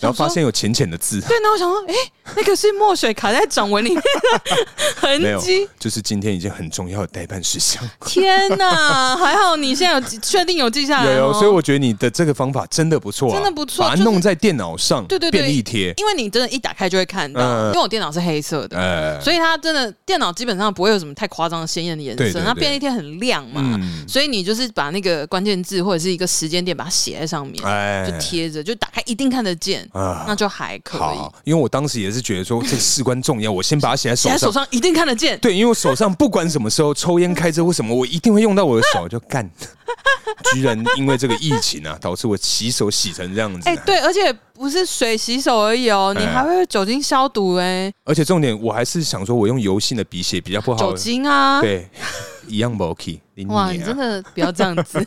A: 然后发现有浅浅的字，
B: 对，然后我想说，哎、那个是墨水卡在掌纹里面的
A: 没
B: 痕
A: 有
B: 迹。，
A: 就是今天已经很重要的代办事项。
B: 天 哪，还好你现在有记确定有记下来、
A: 有
B: 哦，
A: 有，所以我觉得你的这个方法真的不错啊，
B: 真的不错
A: 把它
B: 就是
A: 弄在电脑上，
B: 对对对
A: 便利贴，
B: 因为你真的，一打开就会看到，
A: 嗯
B: 因为我电脑是黑色的。
A: 呃，
B: 所以它真的电脑基本上不会有什么太夸张的鲜艳的颜色，
A: 对对对
B: 那便利贴很亮嘛，
A: 嗯
B: 所以你就是把那个关键字或者是一个时间点把它写在上面，
A: 哎
B: 就贴着，就打开一定看得见，
A: 啊
B: 那就还可以
A: 好。，因为我当时也是觉得说这个事关重要，我先把它写在手
B: 写在
A: 上。
B: 手上一定看得见，
A: 对，因为我手上不管什么时候抽烟、开车或什么，我一定会用到我的手，就 干。居然因为这个疫情啊，导致我洗手洗成这样子、
B: 哎、对，而且不是水洗手而已哦，
A: 哎
B: 你还会酒精消毒哎、
A: 而且重点，我还是想说，我用油性的笔写比较不好。
B: 酒精啊。
A: 哦对，一样不 OK。啊
B: 哇，你真的不要这样 子，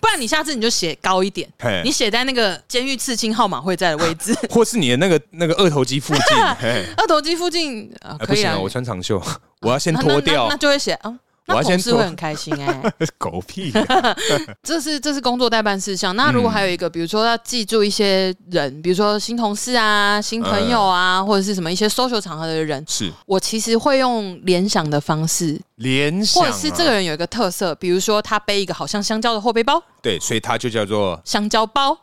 B: 不然你下次你就写高一点
A: 嘿，
B: 你写在那个监狱刺青号码会在的位 置，
A: 或是你的那个那个二头肌附 近，嘿
B: 二头肌附近啊，
A: 哎
B: 可
A: 不
B: 以
A: 行
B: 啊
A: 啊，，我穿长袖， 我要先
B: 那
A: 脱掉
B: 那那那。就会写嗯。
A: 我
B: 那
A: 要
B: 同
A: 先
B: 事会
A: 脱
B: 很开心哎、
A: 狗屁！啊
B: 这是这是工作代办事项。
A: 嗯
B: 那如果还有一个，比如说要记住一些人，比如说新同事啊、新朋友啊，
A: 嗯
B: 或者是什么一些 social 场合的人，
A: 是
B: 我其实会用联想的方式，
A: 联想
B: 或
A: 啊，
B: 者是这个人有一个特色，比如说他背一个好像香蕉的后背包、
A: 对，所以它就叫做，
B: 香蕉包，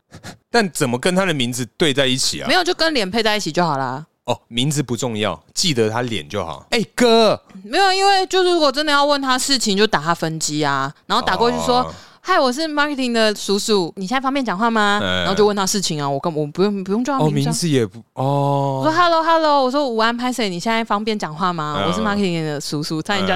A: 但怎么跟它的名字对在一起啊
B: 没？有就跟脸配在一起就好啦。
A: 哦，名字不重要，记得他脸就好。哎、哥，
B: 没有，因为就是如果真的要问他事情，就打他分机啊，然后打过去说。
A: 哦
B: 嗨，我是 marketing 的叔叔，你现在方便讲话吗？
A: 嗯
B: 然后就问他事情啊，我根本我不用不用叫他
A: 哦，
B: 名字
A: 名
B: 啊，
A: 字也不
B: 我说
A: 哦，
B: Hello Hello，我说午安 p a 你现在方便讲话吗？
A: 嗯
B: 我是 marketing 的叔叔，差点讲，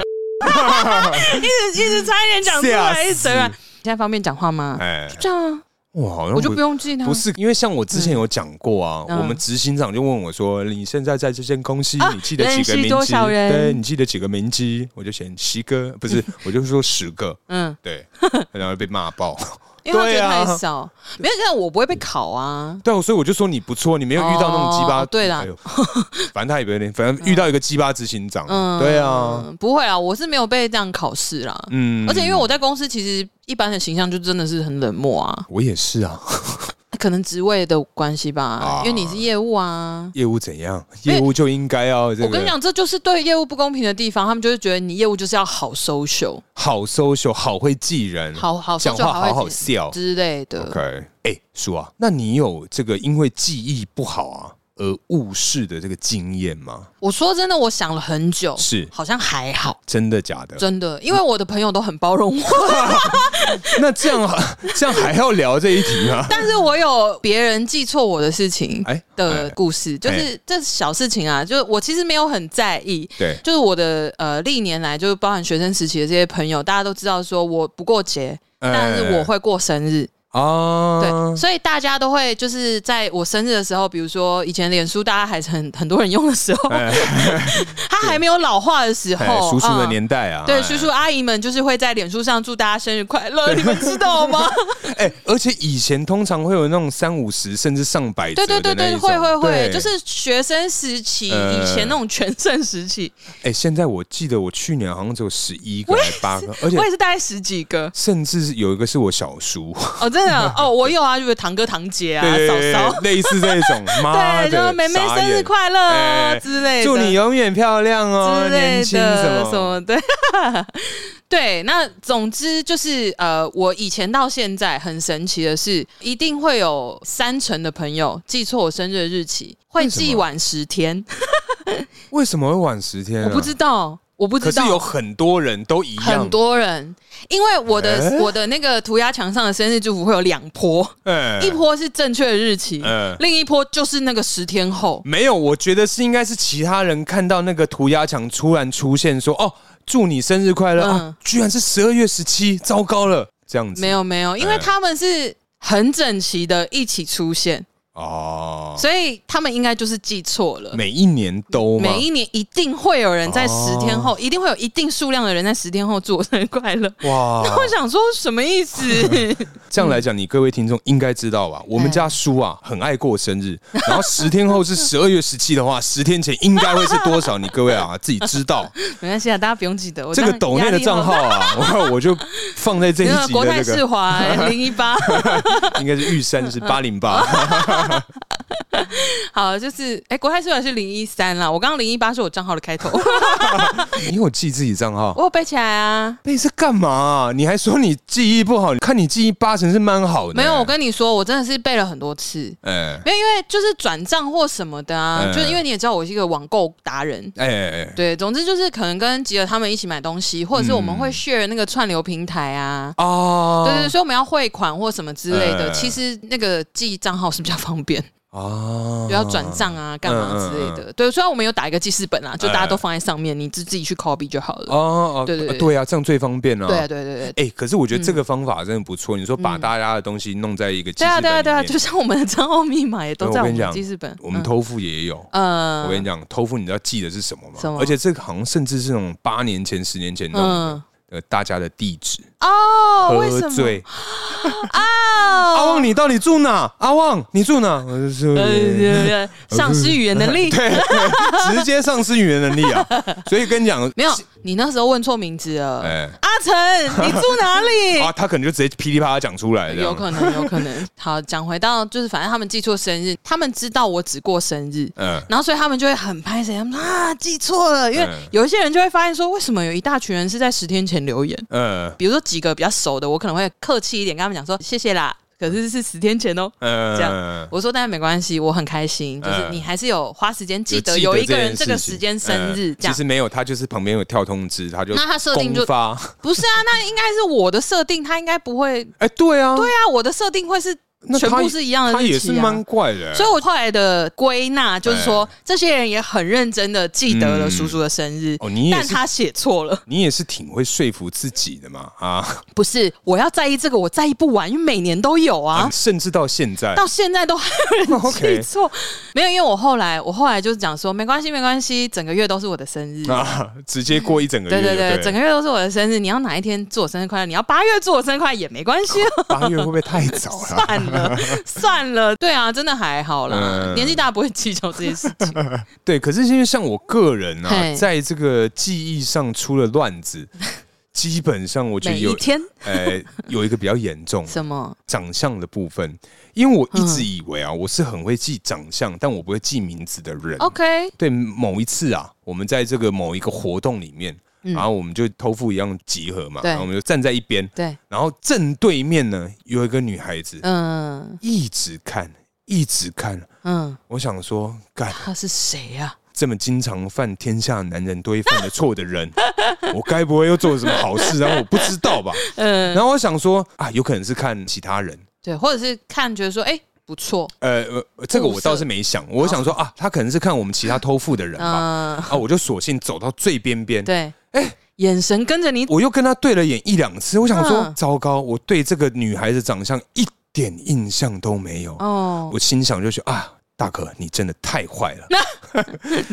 B: 一直一直差一点讲出
A: 哎吓
B: 来，
A: 死
B: 一直嘴软。你现在方便讲话吗？
A: 哎，
B: 这样啊，
A: 哇，好像
B: 我就不用记他。
A: 不是，因为像我之前有讲过啊，
B: 嗯
A: 我们执行长就问我说：“你现在在这间公司，
B: 啊
A: 你记得几个
B: 认识
A: 名
B: 多
A: 机？
B: 少人
A: 对，你记得几个名机？”我就写七个，不是，我就说十个，
B: 嗯，
A: 对，然后被骂爆。
B: 因为他觉
A: 对
B: 得
A: 啊
B: 太少，没有，但我不会被考啊。
A: 对啊，所以我就说你不错，你没有遇到那种鸡巴。
B: 哦对啦
A: 哎呦，反正他也不有点，反正遇到一个鸡巴执行长，
B: 嗯，
A: 对啊，，
B: 不会啊，我是没有被这样考试啦。
A: 嗯，
B: 而且因为我在公司其实一般的形象就真的是很冷漠啊，
A: 我也是啊，
B: 可能职位的关系吧
A: 啊，
B: 因为你是业务啊。
A: 业务怎样？
B: 因为
A: 业务就应该要这个。
B: 我跟你讲，这就是对业务不公平的地方，他们就会觉得你业务就是要好 social。
A: 好 social，好会记人，
B: 好好
A: 嗯讲话好好笑
B: 之类的。
A: OK，哎、叔啊，那你有这个因为记忆不好啊而误事的这个经验吗？
B: 我说真的，我想了很久，
A: 是嗯
B: 好像还好，
A: 真的假的？
B: 真的，因为我的朋友都很包容我，
A: 那这样啊这样还要聊这一题吗？
B: 但是我有别人记错我的事情
A: 哎
B: 的
A: 哎
B: 故事，就是这小事情啊，就是我其实没有很在意。
A: 对，
B: 就是我的呃历年来，就是包含学生时期的这些朋友，大家都知道说我不过节，
A: 哎
B: 但是我会过生日，
A: 啊，
B: 对，所以大家都会就是在我生日的时候，比如说以前脸书大家还是很很多人用的时候，
A: 哎
B: 它还没有老化的时
A: 哎，
B: 候，
A: 叔叔的
B: 嗯
A: 年代啊，
B: 对，
A: 哎
B: 叔叔阿姨们就是会在脸书上祝大家生日快 乐，你们知道吗？
A: 哎、而且以前通常会有那种三五十甚至上百折
B: 对对对
A: 的那
B: 对，
A: 一种
B: 会会会，
A: 对
B: 就是学生时期，
A: 呃
B: 以前那种全盛时期，
A: 哎、现在我记得我去年好像只有十一个还八个，而且
B: 我也是大概十几个
A: 甚至是有一个是我小叔，
B: 哦，真的 哦，我有啊，就是堂哥堂姐啊，
A: 对
B: 嫂
A: 对
B: 嫂，
A: 类似这 一种，妈
B: 对，
A: 的，
B: 就是妹妹
A: 傻
B: 生日
A: 眼
B: 快乐啊
A: 哎
B: 之类的，
A: 祝你永远漂亮哦，
B: 之
A: 年
B: 类
A: 轻
B: 的
A: 什
B: 什
A: 么。
B: 么的。 对，那总之就是呃，我以前到现在很神奇的是，一定会有三成的朋友记错我生日的日期，会
A: 为什么
B: 记晚十天。
A: 为什么会晚十天、啊？
B: 我不知道，我不
A: 可
B: 知
A: 是
B: 道
A: 有很多人都一样，
B: 很多人，因为我的、
A: 诶
B: 我的那个涂鸦墙上的生日祝福会有两波，
A: 哎
B: 一波是正确的日期，
A: 嗯
B: 另一波就是那个十天后。
A: 没有，我觉得是应该是其他人看到那个涂鸦墙突然出现说：“哦，祝你生日快乐！”
B: 嗯
A: 啊，居然是十二月十七，糟糕了，这样子
B: 没有没有，因为
A: 嗯
B: 他们是很整齐的一起出现，
A: 哦，
B: 所以他们应该就是记错了。
A: 每一年都吗
B: 每一年一定会有人在
A: 哦
B: 十天后，一定会有一定数量的人在十天后祝我生日快乐。
A: 哇，
B: 我想说什么意思？
A: 这样来讲，你各位听众应该知道吧？
B: 嗯
A: 我们家叔啊，很爱过 生日，然后十天后是十二月十七的话，十天前应该会是多少？你各位啊，自己知道
B: 没关系啊，大家不用记得。 我
A: 这个
B: 当
A: 抖内的账号
B: 压力
A: 啊， 我我就放在这一
B: 很大，
A: 集
B: 那国泰
A: 的这
B: 世
A: 个，
B: 华零一八。
A: 应该是玉山是八零八。
B: 好，就是哎、国泰世华是零一三啦。我刚刚零一八是我账号的开 头，
A: 你有记自己账号？
B: 我有背起来啊。
A: 背是干嘛、啊？你还说你记忆不好？看你记忆八成是蛮好的。
B: 没有，我跟你说，我真的是背了很多次。
A: 哎
B: 没有，因为就是转账或什么的啊，
A: 嗯
B: 就是因为你也知道我是一个网购达人。
A: 哎哎
B: 对，总之就是可能跟吉尔他们一起买东西，或者是我
A: 嗯
B: 们会 share 那个串流平台啊。
A: 哎啊！
B: 对对，对所以我们要汇款或什么之类的，
A: 嗯
B: 其实那个记账号是比较方便，
A: 啊
B: 就 要转账啊、干
A: 嗯
B: 嘛之类的。对，虽然我们有打一个记事本啊，就大家都放在上面，你自自己去 copy 就好了。
A: 哎哦、啊，
B: 对对对
A: 对啊，这样最方便了、
B: 对啊，对对对，
A: 哎、可是我觉得这个方法真的不错。你说把大家的东西弄在一个哎
B: 嗯
A: 记
B: 对
A: 事
B: 啊，
A: 本
B: 对啊，对啊，
A: 里面
B: 就像我们的账号密码也都在我
A: 我跟
B: 们
A: 你
B: 的
A: 讲
B: 记事本。
A: 我们
B: 嗯
A: 偷付也有。
B: 呃，
A: 我跟你讲，偷付你知道记的是什么吗？
B: 什么
A: 而且这个好像甚至是那种八年前、十年前那种、
B: 嗯
A: 呃大家的地址。
B: 哦，为
A: 喝
B: 什么
A: 醉，哦
B: 啊？
A: 阿旺你到底住哪？阿旺你住哪？我就说
B: 呃对 对对，丧失语言能力。
A: 直接丧失语言能力啊！所以跟你讲，
B: 没有，你那时候问错名字了。
A: 哎
B: 阿成，你住哪
A: 啊，
B: 里？
A: 他可能就直接噼里啪啦讲出来，这
B: 哎
A: 样
B: 有可能，有可能。好，讲回到就是，反正他们记错生日，他们知道我只过生日，
A: 嗯
B: 然后所以他们就会很拍谁，他们说啊记错了，因为
A: 嗯
B: 有一些人就会发现说，为什么有一大群人是在十天前留言？
A: 嗯
B: 比如说几个比较熟的，我可能会客气一点跟他们讲说谢谢啦，可是是十天前哦。
A: 嗯，
B: 这样我说，但没关系，我很开心，就是
A: 嗯
B: 你还是有花时间记得
A: 有
B: 有一
A: 这
B: 个
A: 件
B: 人这个
A: 事情
B: 时间生日，
A: 嗯
B: 这样
A: 其实没有，他就是旁边有跳通知，他就
B: 那他设定就
A: 公发，
B: 不是啊，那应该是我的设定，他应该不会。
A: 哎，对啊，
B: 对啊，我的设定会是
A: 哎那
B: 全
A: 他
B: 部是一样的啊
A: 他
B: 日
A: 也
B: 期
A: 是
B: 啊
A: 蛮怪的，
B: 所以我后来的归纳就是说，这些人也很认真的记得了
A: 嗯
B: 叔叔的生日，
A: 哦，你也
B: 但
A: 是，
B: 他写错了。
A: 你也是挺会说服自己的嘛啊
B: 不是，我要在意这个，我在意不完，因为每年都有啊
A: 啊，，甚至到现在，
B: 到现在都还有人
A: OK
B: 记错。没有，因为我后来我后来就是讲说，没关系，没关系，整个月都是我的生日。
A: 啊，直接过一整个月
B: 对
A: 就
B: 对
A: 对
B: 对，整个月都是我的生日。你要哪一天祝我生日快乐？你要八月祝我生日快乐也没关系啊。
A: 八月会不会太早了？
B: 算 了，算了，对啊，真的还好啦，
A: 嗯
B: 年纪大不会计较这些事 情。
A: 对，可是因为像我个人啊，
B: 嘿
A: 在这个记忆上出了乱 子，基本上我觉得
B: 每一
A: 有，
B: 天
A: 呃，有一个比较严重
B: 什么？
A: 长相的部分，因为我一
B: 嗯
A: 直以为啊，我是很会记长相，但我不会记名字的人。
B: OK，
A: 对，某一次啊，我们在这个某一个活动里面，然后我们就偷富一样集合嘛，
B: 嗯对
A: 然后我们就站在一边，
B: 对，
A: 然后正对面呢有一个女孩子，
B: 嗯
A: 一直看，一直看，
B: 嗯，
A: 我想说，干。
B: 他是谁啊呀、
A: 这么经常犯天下男人都会犯的错的 人，我该不会又做了什么好事？然后我不知道吧？
B: 嗯，
A: 然后我想说啊，有可能是看其他人。
B: 对，或者是看觉得说，哎、不错，
A: 呃，呃这个我倒是没想，我想说啊，他可能是看我们其他偷富的人吧。
B: 哦嗯，
A: 啊，我就索性走到最边边，
B: 对，
A: 哎
B: 眼神跟着你，
A: 我又跟他对了眼一两次。我想说，
B: 嗯
A: 糟糕，我对这个女孩子长相一点印象都没有。
B: 哦
A: 我心想就是啊，大哥，你真的太坏 了。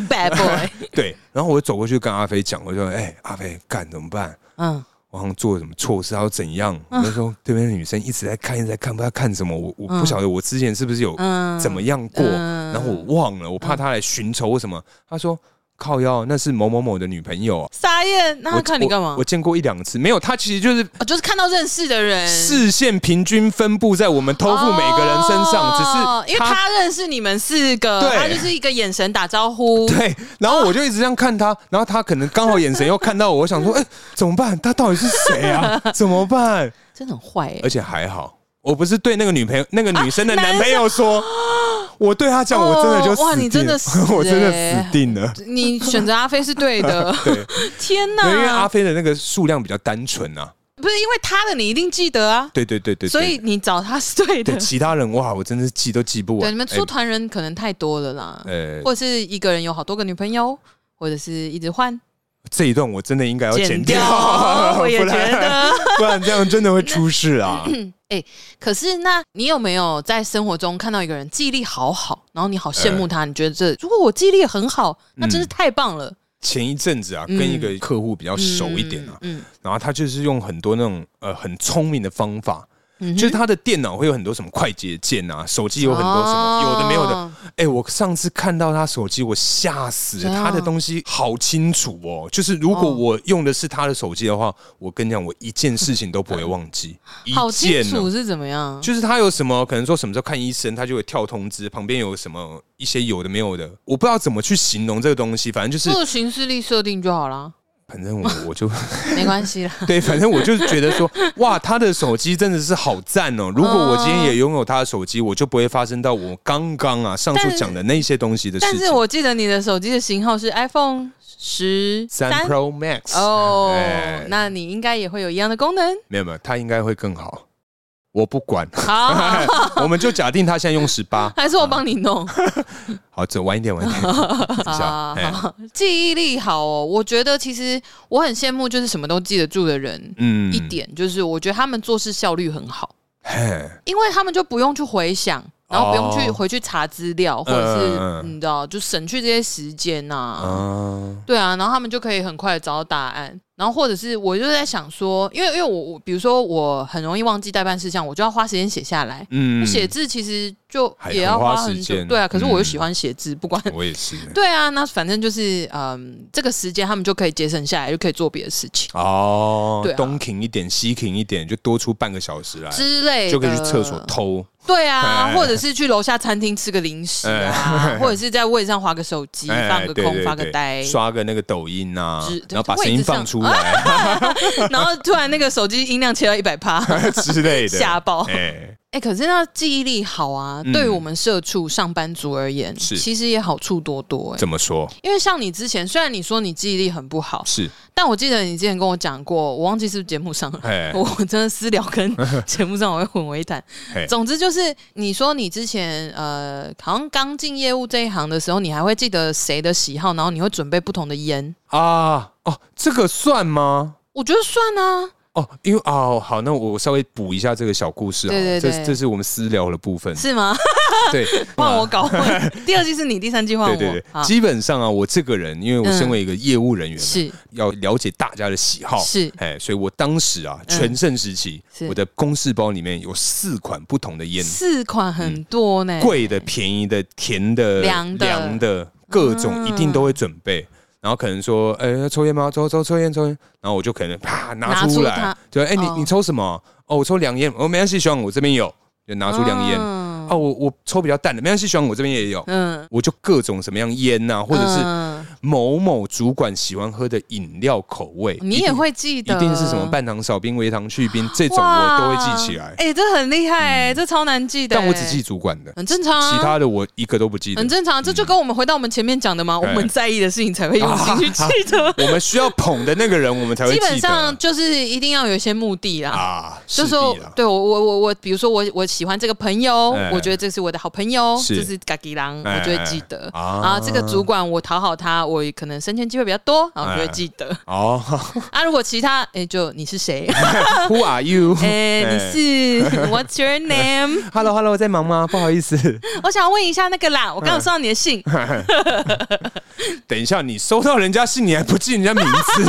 B: ，bad boy，
A: 对，然后我走过去跟阿飞讲，我就说，哎、阿飞，干怎么办？
B: 嗯
A: 我好像做了什么错事，还有怎样？我就说对面的女生一直在看，一直在看，不知道看什么。我我不晓得我之前是不是有
B: 嗯，
A: 怎么样过，
B: 嗯
A: 然后我忘了，我怕她来寻仇或什么。她说靠腰，那是某某某的女朋友啊。
B: 傻眼？那他
A: 我
B: 看你干嘛
A: 我？我见过一两次，没有。她其实就是
B: 哦，就是看到认识的人
A: 视线平均分布在我们偷富每个人身上，
B: 哦
A: 只
B: 因
A: 是
B: 为他认识你们四个，
A: 对
B: 他就是一个眼神打招呼，
A: 对，然后我就一直这样看他，然后他可能刚好眼神又看到我，我想说，哎、怎么办？他到底是 谁啊？怎么办？
B: 真的很坏哎、啊
A: 而且还好，我不是对那个女朋友、那个女生的男朋友说，我对他讲，我真的就
B: 哦
A: 死
B: 哇你
A: 定
B: 真的
A: 了
B: 死
A: 我真的
B: 欸
A: 死定了。
B: 你选择阿飞是对的。
A: 对，
B: 天
A: 没有因为阿
B: 哪！
A: 飞的那个数量比较单纯啊。
B: 不是因为他的，你一定记得啊。
A: 对对对对，对
B: 所以你找他是对的
A: 对。其他人哇，我真的是记都记不完。
B: 对，你们
A: 哎
B: 出团人可能太多了啦，
A: 呃，
B: 或者是一个人有好多个女朋友，或者是一直换，
A: 这一段我真的应该要剪。
B: 掉我也
A: 不
B: 觉
A: 然
B: 得。
A: 不然这样真的会出事 啊！
B: 可是，那你有没有在生活中看到一个人记忆力好好，然后你好羡慕他？你觉得
A: 哎
B: 这如果我记忆力很好，
A: 嗯
B: 那真是太棒了。
A: 前一阵子啊，
B: 嗯
A: 跟一个客户比较熟一点啊，
B: 嗯，
A: 然后他就是用很多那种呃很聪明的方法，
B: 嗯
A: 就是他的电脑会有很多什么快捷键啊，手机有很多什
B: 哦
A: 么、有的没有的。
B: 的，
A: 哎、我上次看到他手机，我吓死
B: 怎
A: 了，
B: 样
A: 他的东西好清楚哦。就是如果
B: 啊哦
A: 我用的是他的手机的话，我跟你讲，我一件事情都不会忘记，一
B: 好清
A: 件哦
B: 楚是怎么样？
A: 就是他有什么可能说什么时候看医生，他就会跳通知，旁边有什么一些有的没有的，我不知道怎么去形容这个东西，反正就是，
B: 做形式力设定就好啦，
A: 反正我我就
B: 没关系啦。
A: 对，反正我 就是觉得说， 哇，他的手机真的是好赞哦！如果我今天也拥有他的手机，我就不会发生到我刚刚啊上述
B: 但是
A: 讲的那些东西的
B: 但
A: 事
B: 是
A: 情。
B: 我记得你的手机的型号是 iPhone 十
A: 三 Pro Max
B: 哦
A: 哎，
B: 那你应该也会有一样的功 能。
A: 没有没有，他应该会更好，我不管，
B: 好，好
A: 我们就假定他现在用十八，
B: 还是我帮你弄。
A: 好，这晚一点 晚一点等一下，
B: 啊
A: 哎，
B: 记忆力好哦，我觉得其实我很羡慕，就是什么都记得住的人。
A: 嗯
B: 一，点就是，我觉得他们做事效率很好，
A: 嘿，
B: 因为他们就不用去回想，然后不用去
A: 哦
B: 回去查资料，或者是、
A: 嗯嗯嗯
B: 你知道，就省去这些时间呐、
A: 啊。
B: 对啊，然后他们就可以很快的找到答案。然后或者是我就在想说，因为因为我我比如说我很容易忘记代办事项，我就要花时间写下来。
A: 嗯
B: 写字其实就
A: 还
B: 也要
A: 很花
B: 很
A: 时
B: 久，
A: 间
B: 对啊。可是我又
A: 嗯
B: 喜欢写字，不 管
A: 我也是。
B: 对啊，那反正就是嗯，这个时间他们就可以节省下来，就可以做别的事情
A: 哦
B: 对啊，
A: 东挺一点，西挺一点，就多出半个小时来，
B: 之类的，
A: 哎就可以去厕所。偷。
B: 对啊，
A: 哎
B: 或者是去楼下餐厅吃个零食啊， 或者是在位上划个手机，放个
A: 哎对
B: 空，
A: 对
B: 发个
A: 对
B: 呆，
A: 刷个那个抖音啊
B: 之，
A: 然后把声音放 出来
B: 然后突然那个手机音量切到一百趴，
A: 之类的，
B: 吓爆。
A: 哎，
B: 哎、可是那记忆力好啊，
A: 嗯
B: 对于我们社畜上班族而言，
A: 是
B: 其实也好处多多哎、
A: 怎么说？
B: 因为像你之前，虽然你说你记忆力很不好，
A: 是，
B: 但我记得你之前跟我讲过，我忘记是不是节目上了。
A: 哎，
B: 我真的私聊跟 节目上我会混为一谈
A: 嘿。
B: 总之就是，你说你之前呃，好像刚进业务这一行的时候，你还会记得谁的喜好，然后你会准备不同的烟。
A: 啊，哦，这个算吗？
B: 我觉得算啊，
A: 哦，因为哦，好，那我稍微补一下这个小故事好了，啊
B: 对对对
A: 这这是我们私聊的 部分，
B: 是吗？
A: 对，
B: 换我搞 混，第二季是你，第三季换我。
A: 对对啊对，
B: 好嗯
A: 基本上啊，我这个人，因为我身为一个业务人员嘛，
B: 是
A: 要了解大家的喜好，
B: 是
A: 哎，所以我当时啊，
B: 嗯
A: 全盛时期，
B: 是
A: 我的公事包里面有四款不同的烟，
B: 四款很多呢、
A: 贵的、便宜的、甜的、
B: 哎凉的
A: 的各种
B: 嗯
A: 一定都会准备。然后可能说，哎、要抽烟吗？抽抽抽烟抽烟。然后我就可能啪拿
B: 拿
A: 出
B: 出它
A: 来，就哎、你
B: 哦
A: 你抽什么？哦，我抽凉烟。哦，没关系，兄，我这边有，就拿出凉烟。
B: 嗯
A: 哦，我我抽比较淡的，没关系，兄，我这边也有。
B: 嗯，
A: 我就各种什么样烟呐、或者是
B: 嗯
A: 某某主管喜欢喝的饮料口味，
B: 哦你
A: 一
B: 也
A: 定
B: 会记
A: 一
B: 得，
A: 定是什么半糖少冰、微糖去冰这种，
B: 哇
A: 我都会记起来。
B: 哎、这很厉害、哎这超难记的、
A: 但我只记主管的，
B: 很正常、啊，
A: 其他的我一个都不记得
B: 很。正常啊。哎这就跟我们回到我们前面讲的嘛，我
A: 哎。
B: 们在意的事情才会用心去记得
A: 我们需要捧的那个人，我们才会
B: 基
A: 记得。
B: 本上就是一定要有一些目的啦。
A: 啊，
B: 就
A: 势
B: 是我
A: 必啦
B: 对我我我我，比如说我我喜欢这个朋友，
A: 哎
B: 我觉得这是我的好朋友，
A: 是
B: 这是嘎吉郎，
A: 哎
B: 我就会记得。
A: 哎
B: 啊
A: 啊
B: 这个主管我讨好他，我可能升迁机会比较多，然后我就会记得。
A: 哦
B: 啊，如果其他，哎，就你是谁？
A: ，Who are you？
B: 哎，你是 What's your name？
A: Hello Hello，在忙吗？不好意思，
B: 我想问一下那个啦，我刚刚
A: 嗯
B: 收到你的信，
A: 等一下，你收到人家信，你还不记人家 名字，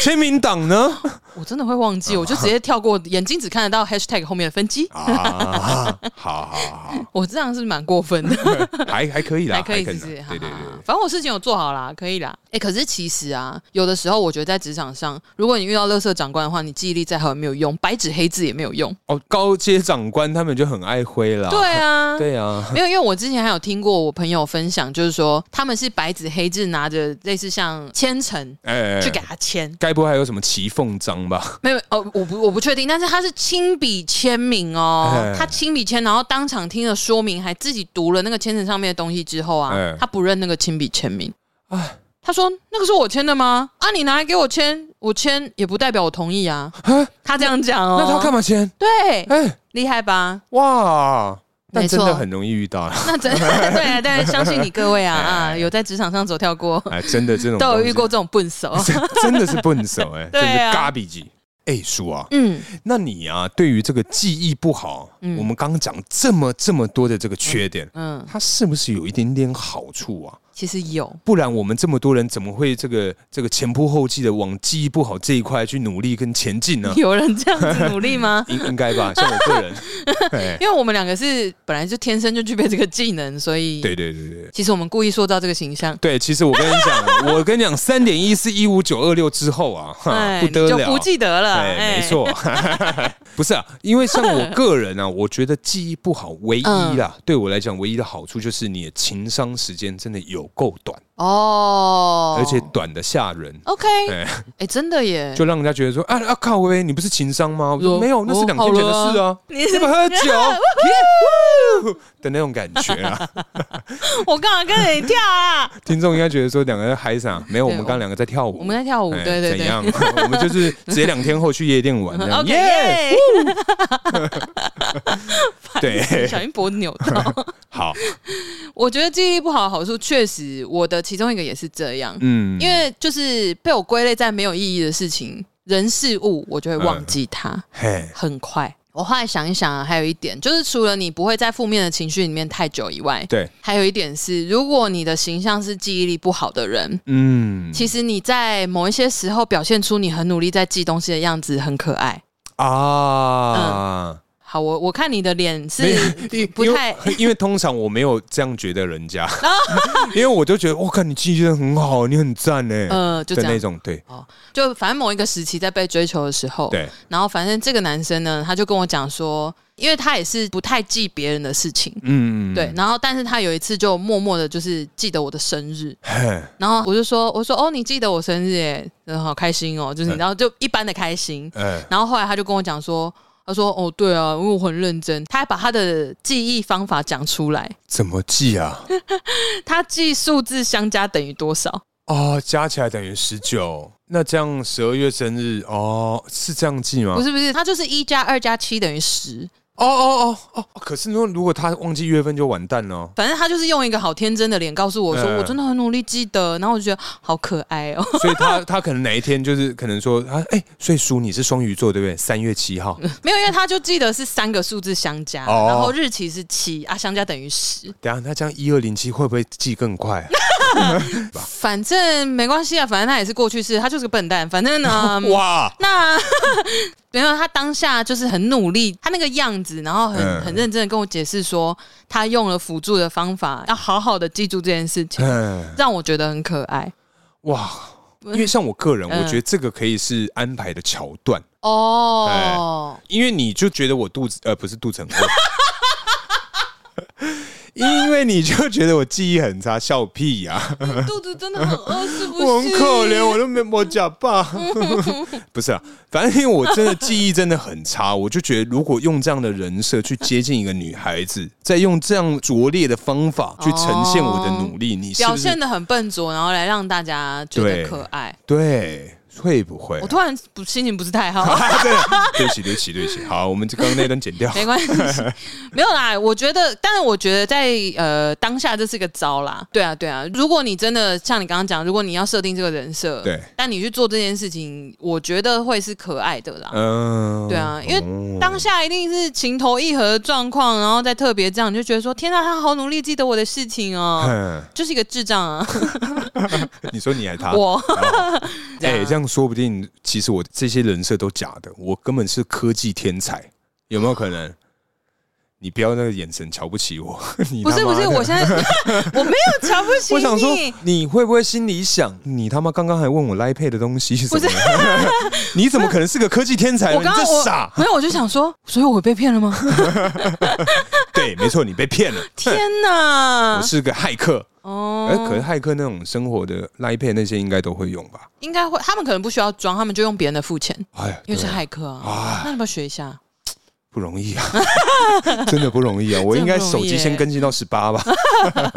A: 签名档呢？
B: 我真的会忘记，我就直接跳过，眼睛只看得到 hashtag 后面的分机，
A: 啊，好好
B: 我这样是蛮过分 的。
A: 好，还还可以啦，
B: 还可以，
A: 啦
B: 是不是？
A: 对对对
B: 哈哈哈
A: 对，
B: 反正我事情有做好啦，可以啦。哎、可是其实啊，有的时候我觉得在职场上，如果你遇到垃圾长官的话，你记忆力再好也没有用，白纸黑字也没有用。
A: 哦，高阶长官他们就很爱挥啦，
B: 对啊，
A: 对啊，
B: 没有，因为我之前还有听过我朋友分享，就是说他们是白纸黑字拿着类似像签呈
A: 哎，
B: 去给他签。
A: 该不会还有什么骑缝章章吧？
B: 没有哦，我不我不确定，但是他是亲笔签名哦
A: 哎，
B: 他亲笔签，然后当场听了说明，还自己读了那个签证上面的东西之后啊，
A: 哎
B: 他不认那个亲笔签名，
A: 哎
B: 他说那个是我签的吗？啊，你拿来给我签，我签也不代表我同意啊，
A: 哎，
B: 他这样讲哦，
A: 那他干嘛签？
B: 对，
A: 哎，
B: 厉害吧？
A: 哇！但
B: 没错
A: 真的很容易遇到啦，
B: 那真对啊，但相信你各位 啊啊，有在职场上走跳过，
A: 哎，真的这种
B: 都有
A: 东西。
B: 遇过，这种笨手
A: 真 真的是笨手哎，
B: 对
A: 真
B: 啊
A: 的嘎 g 鸡。哎，叔啊，
B: 嗯，
A: 那你啊，对于这个记忆不好，
B: 嗯
A: 我们刚刚讲这么这么多的这个缺点，
B: 嗯，
A: 它是不是有一点点好处啊？
B: 其实 有，
A: 不然我们这么多人怎么会这个这个前仆后继的往记忆不好这一块去努力跟前进 呢？？
B: 有人这样子努力吗
A: 应应该吧，像我个 人，哎，
B: 因为我们两个是本来就天生就具备这个技能，所以
A: 对对对对。
B: 其实我们故意塑造这个形象，
A: 对，其实我跟你讲，我跟你讲，三点一四一五九二六之后啊，哈，
B: 哎，
A: 不
B: 你
A: 得
B: 就
A: 了，
B: 不记得了，
A: 哎，
B: 哎
A: 没，错， 不是啊，因为像我个人啊，我觉得记忆不好，唯一
B: 嗯
A: 啦，对我来讲，唯一的好处就是你的情商时间真的有够短，
B: 哦，
A: 而且短的吓人。
B: OK，
A: 哎
B: 哎，真的耶，
A: 就让人家觉得说啊啊靠喂，你不是情商吗？我
B: 哦
A: 说没有，那是两天前的事啊。
B: 你
A: 你
B: 是
A: 们喝酒耶呼的那种感觉 啊，
B: 我干嘛跟你跳 啊？
A: 听众应该觉得说两个人嗨啥？没有，我们
B: 对
A: 刚刚两个在跳舞，
B: 我们在跳舞，
A: 哎
B: 对对
A: 怎
B: 对。
A: 样？ 我们就是直接两天后去夜店玩， 这样
B: OK，
A: 耶！
B: 耶！
A: 对，
B: 小心脖子扭到。
A: 好，
B: 我觉得记忆不好的好处，确实我的其中一个也是这样，
A: 嗯，
B: 因为就是被我归类在没有意义的事情、人事物，我就会忘记它，
A: 嘿，
B: 很快。我后来想一想、啊，还有一点就是，除了你不会在负面的情绪里面太久以外，
A: 对，
B: 还有一点是，如果你的形象是记忆力不好的人，
A: 嗯，
B: 其实你在某一些时候表现出你很努力在记东西的样子，很可爱。
A: 啊，
B: 好，我我看你的脸
A: 没
B: 嗯是
A: 因
B: 不
A: 因为
B: 太
A: 因为通常我没有这样觉得人家，
B: 哦
A: 因为我就觉得我看你记忆真的很好，你很赞呢，
B: 呃，就
A: 的
B: 这
A: 那
B: 样，
A: 种，对
B: 就反正某一个时期在被追求的时候，
A: 对，
B: 然后反正这个男生呢，他就跟我讲说，因为他也是不太记别人的事情，
A: 嗯，
B: 对。，然后但是他有一次就默默的，就是记得我的生日，
A: 嘿，
B: 然后我就说，我说哦，你记得我生日耶，嗯，好开心哦，就是你知道就一般的开心。
A: 哎，
B: 然后后来他就跟我讲说。他说：“哦，对啊，因为我很认真。”他还把他的记忆方法讲出来，
A: 怎么记啊？
B: 他记数字相加等于多少？
A: 哦，加起来等于十九，那这样十二月生日哦，是这样记吗？
B: 不是不是，他就是一加二加七等于十。
A: 哦哦哦哦！可是如果如果他忘记月份就完蛋
B: ，
A: 了哦
B: 反正他就是用一个好天真的脸告诉我说：“
A: 嗯
B: 我真的很努力记得。”然后我就觉得好可爱哦。
A: 所以他他可能哪一天就是可能说啊，哎、所以叔你是双鱼座对不对？三月七号
B: 没有，因为他就记得是三个数字相加，
A: 哦
B: 然后日期是七啊，相加等于十。
A: 等一下那这样一二零七会不会记更快、啊
B: 反正没关系啊，反正他也是过去式，他就是个笨蛋。反正呢，
A: 哇，
B: 那 没有他当下就是很努力，他那个样子，然后很、
A: 嗯
B: 很认真的跟我解释说，他用了辅助的方法，要好好的记住这件事情，
A: 嗯，
B: 让我觉得很可爱
A: 哇！因为像我个人，
B: 嗯
A: 我觉得这个可以是安排的桥段，
B: 哦。
A: 因为你就觉得我肚子呃不是肚 子很饿，因为你就觉得我记忆很差，笑屁呀、
B: 肚子真的很饿，是不是？
A: 我很可怜，我都没摸 假爸。不是啊，反正因为我真的记忆真的很差，我就觉得如果用这样的人设去接近一个女孩子，再用这样拙劣的方法去呈现我的努力，你是
B: 哦表
A: 不是
B: 现的很笨拙，然后来让大家觉
A: 对
B: 得可爱。
A: 对？会不会啊
B: 我？突然不心情不是太好，
A: 对不起，对不起，对不起。好，我们就刚刚那段剪 掉。
B: 没关系，没有啦。我觉得，但是我觉得在呃当下这是个招啦。对啊，对啊。如果你真的像你刚刚讲，如果你要设定这个人设，
A: 对，
B: 但你去做这件事情，我觉得会是可爱的啦。
A: 嗯，
B: 对啊，因为当下一定是情投意合的状况，然后再特别这样，你就觉得说天啊，他好努力记得我的事情 哦，
A: 嗯，
B: 就是一个智障 啊！
A: 你说你还他？
B: 我
A: 哎、这样说不定，其实我这些人设都假的，我根本是科技天才，有没有可能？你不要那个眼神瞧不起我， 你
B: 不是
A: 他妈
B: 不是，
A: 的
B: 我现在 我没有瞧不起
A: 我想说
B: 你，，
A: 你会不会心里想，你他妈刚刚还问我 Line Pay 的东西是什么？
B: 不
A: 你怎么可能是个科技天才呢？
B: 我
A: 你
B: 刚刚
A: 这
B: 我！
A: 傻
B: 没有，我就想说，所以我被骗了吗？
A: 对对，没错，你被骗了。
B: 天啊
A: 哼
B: 哪！
A: 我是个骇客。
B: 哦
A: 哎，可是骇客那种生活的 Line Pay 那些应该都会用吧？
B: 应该会，他们可能不需要装，他们就用别人的付钱，
A: 哎呀，
B: 因为是
A: 对啊
B: 骇客啊
A: 啊。
B: 那你要不要学一下？
A: 不容易啊， 真的不 容易啊！我应该手机先更新到十八吧。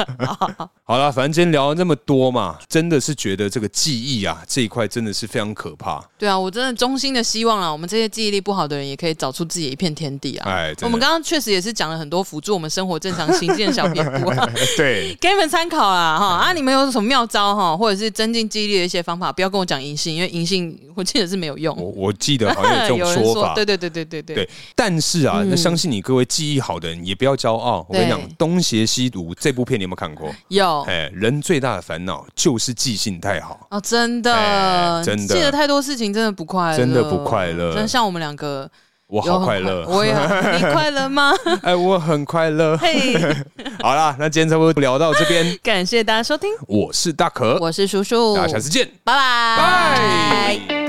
A: 好了，反正今天聊了那么多嘛，真的是觉得这个记忆啊这一块真的是非常可怕。
B: 对啊，我真的衷心的希望啊，我们这些记忆力不好的人也可以找出自己的一片天地啊。
A: 哎，真的
B: 我们刚刚确实也是讲了很多辅助我们生活正常行进的小撇步、 啊，
A: 对
B: 给你们参考啦哈。啊，你们有什么妙招哈，或者是增进记忆力的一些方法，不要跟我讲银杏，因为银杏我记得是没有用
A: 我。我记得好像哦 有这
B: 有
A: 种
B: 人
A: 说法，
B: 对对对对对对
A: 对，但是啊，
B: 嗯
A: 那相信你各位记忆好的人也不要骄傲。我跟你讲，
B: 对
A: 《东邪西毒》这部片你有没有看过？
B: 有
A: 哎，人最大的烦恼就是记性太好。
B: 哦，真的
A: 哎真的
B: 记得太多事情，真的不快乐，
A: 真的不快乐
B: 真的像我们两个
A: 我
B: 有
A: 好
B: 很
A: 快乐，
B: 我也好 你快乐吗？
A: 哎，我很快乐。
B: 嘿，，
A: 好啦，那今天差不多聊到这边
B: 感谢大家收听，
A: 我是大可，
B: 我是叔叔，
A: 大家下次见，
B: 拜拜
A: 拜。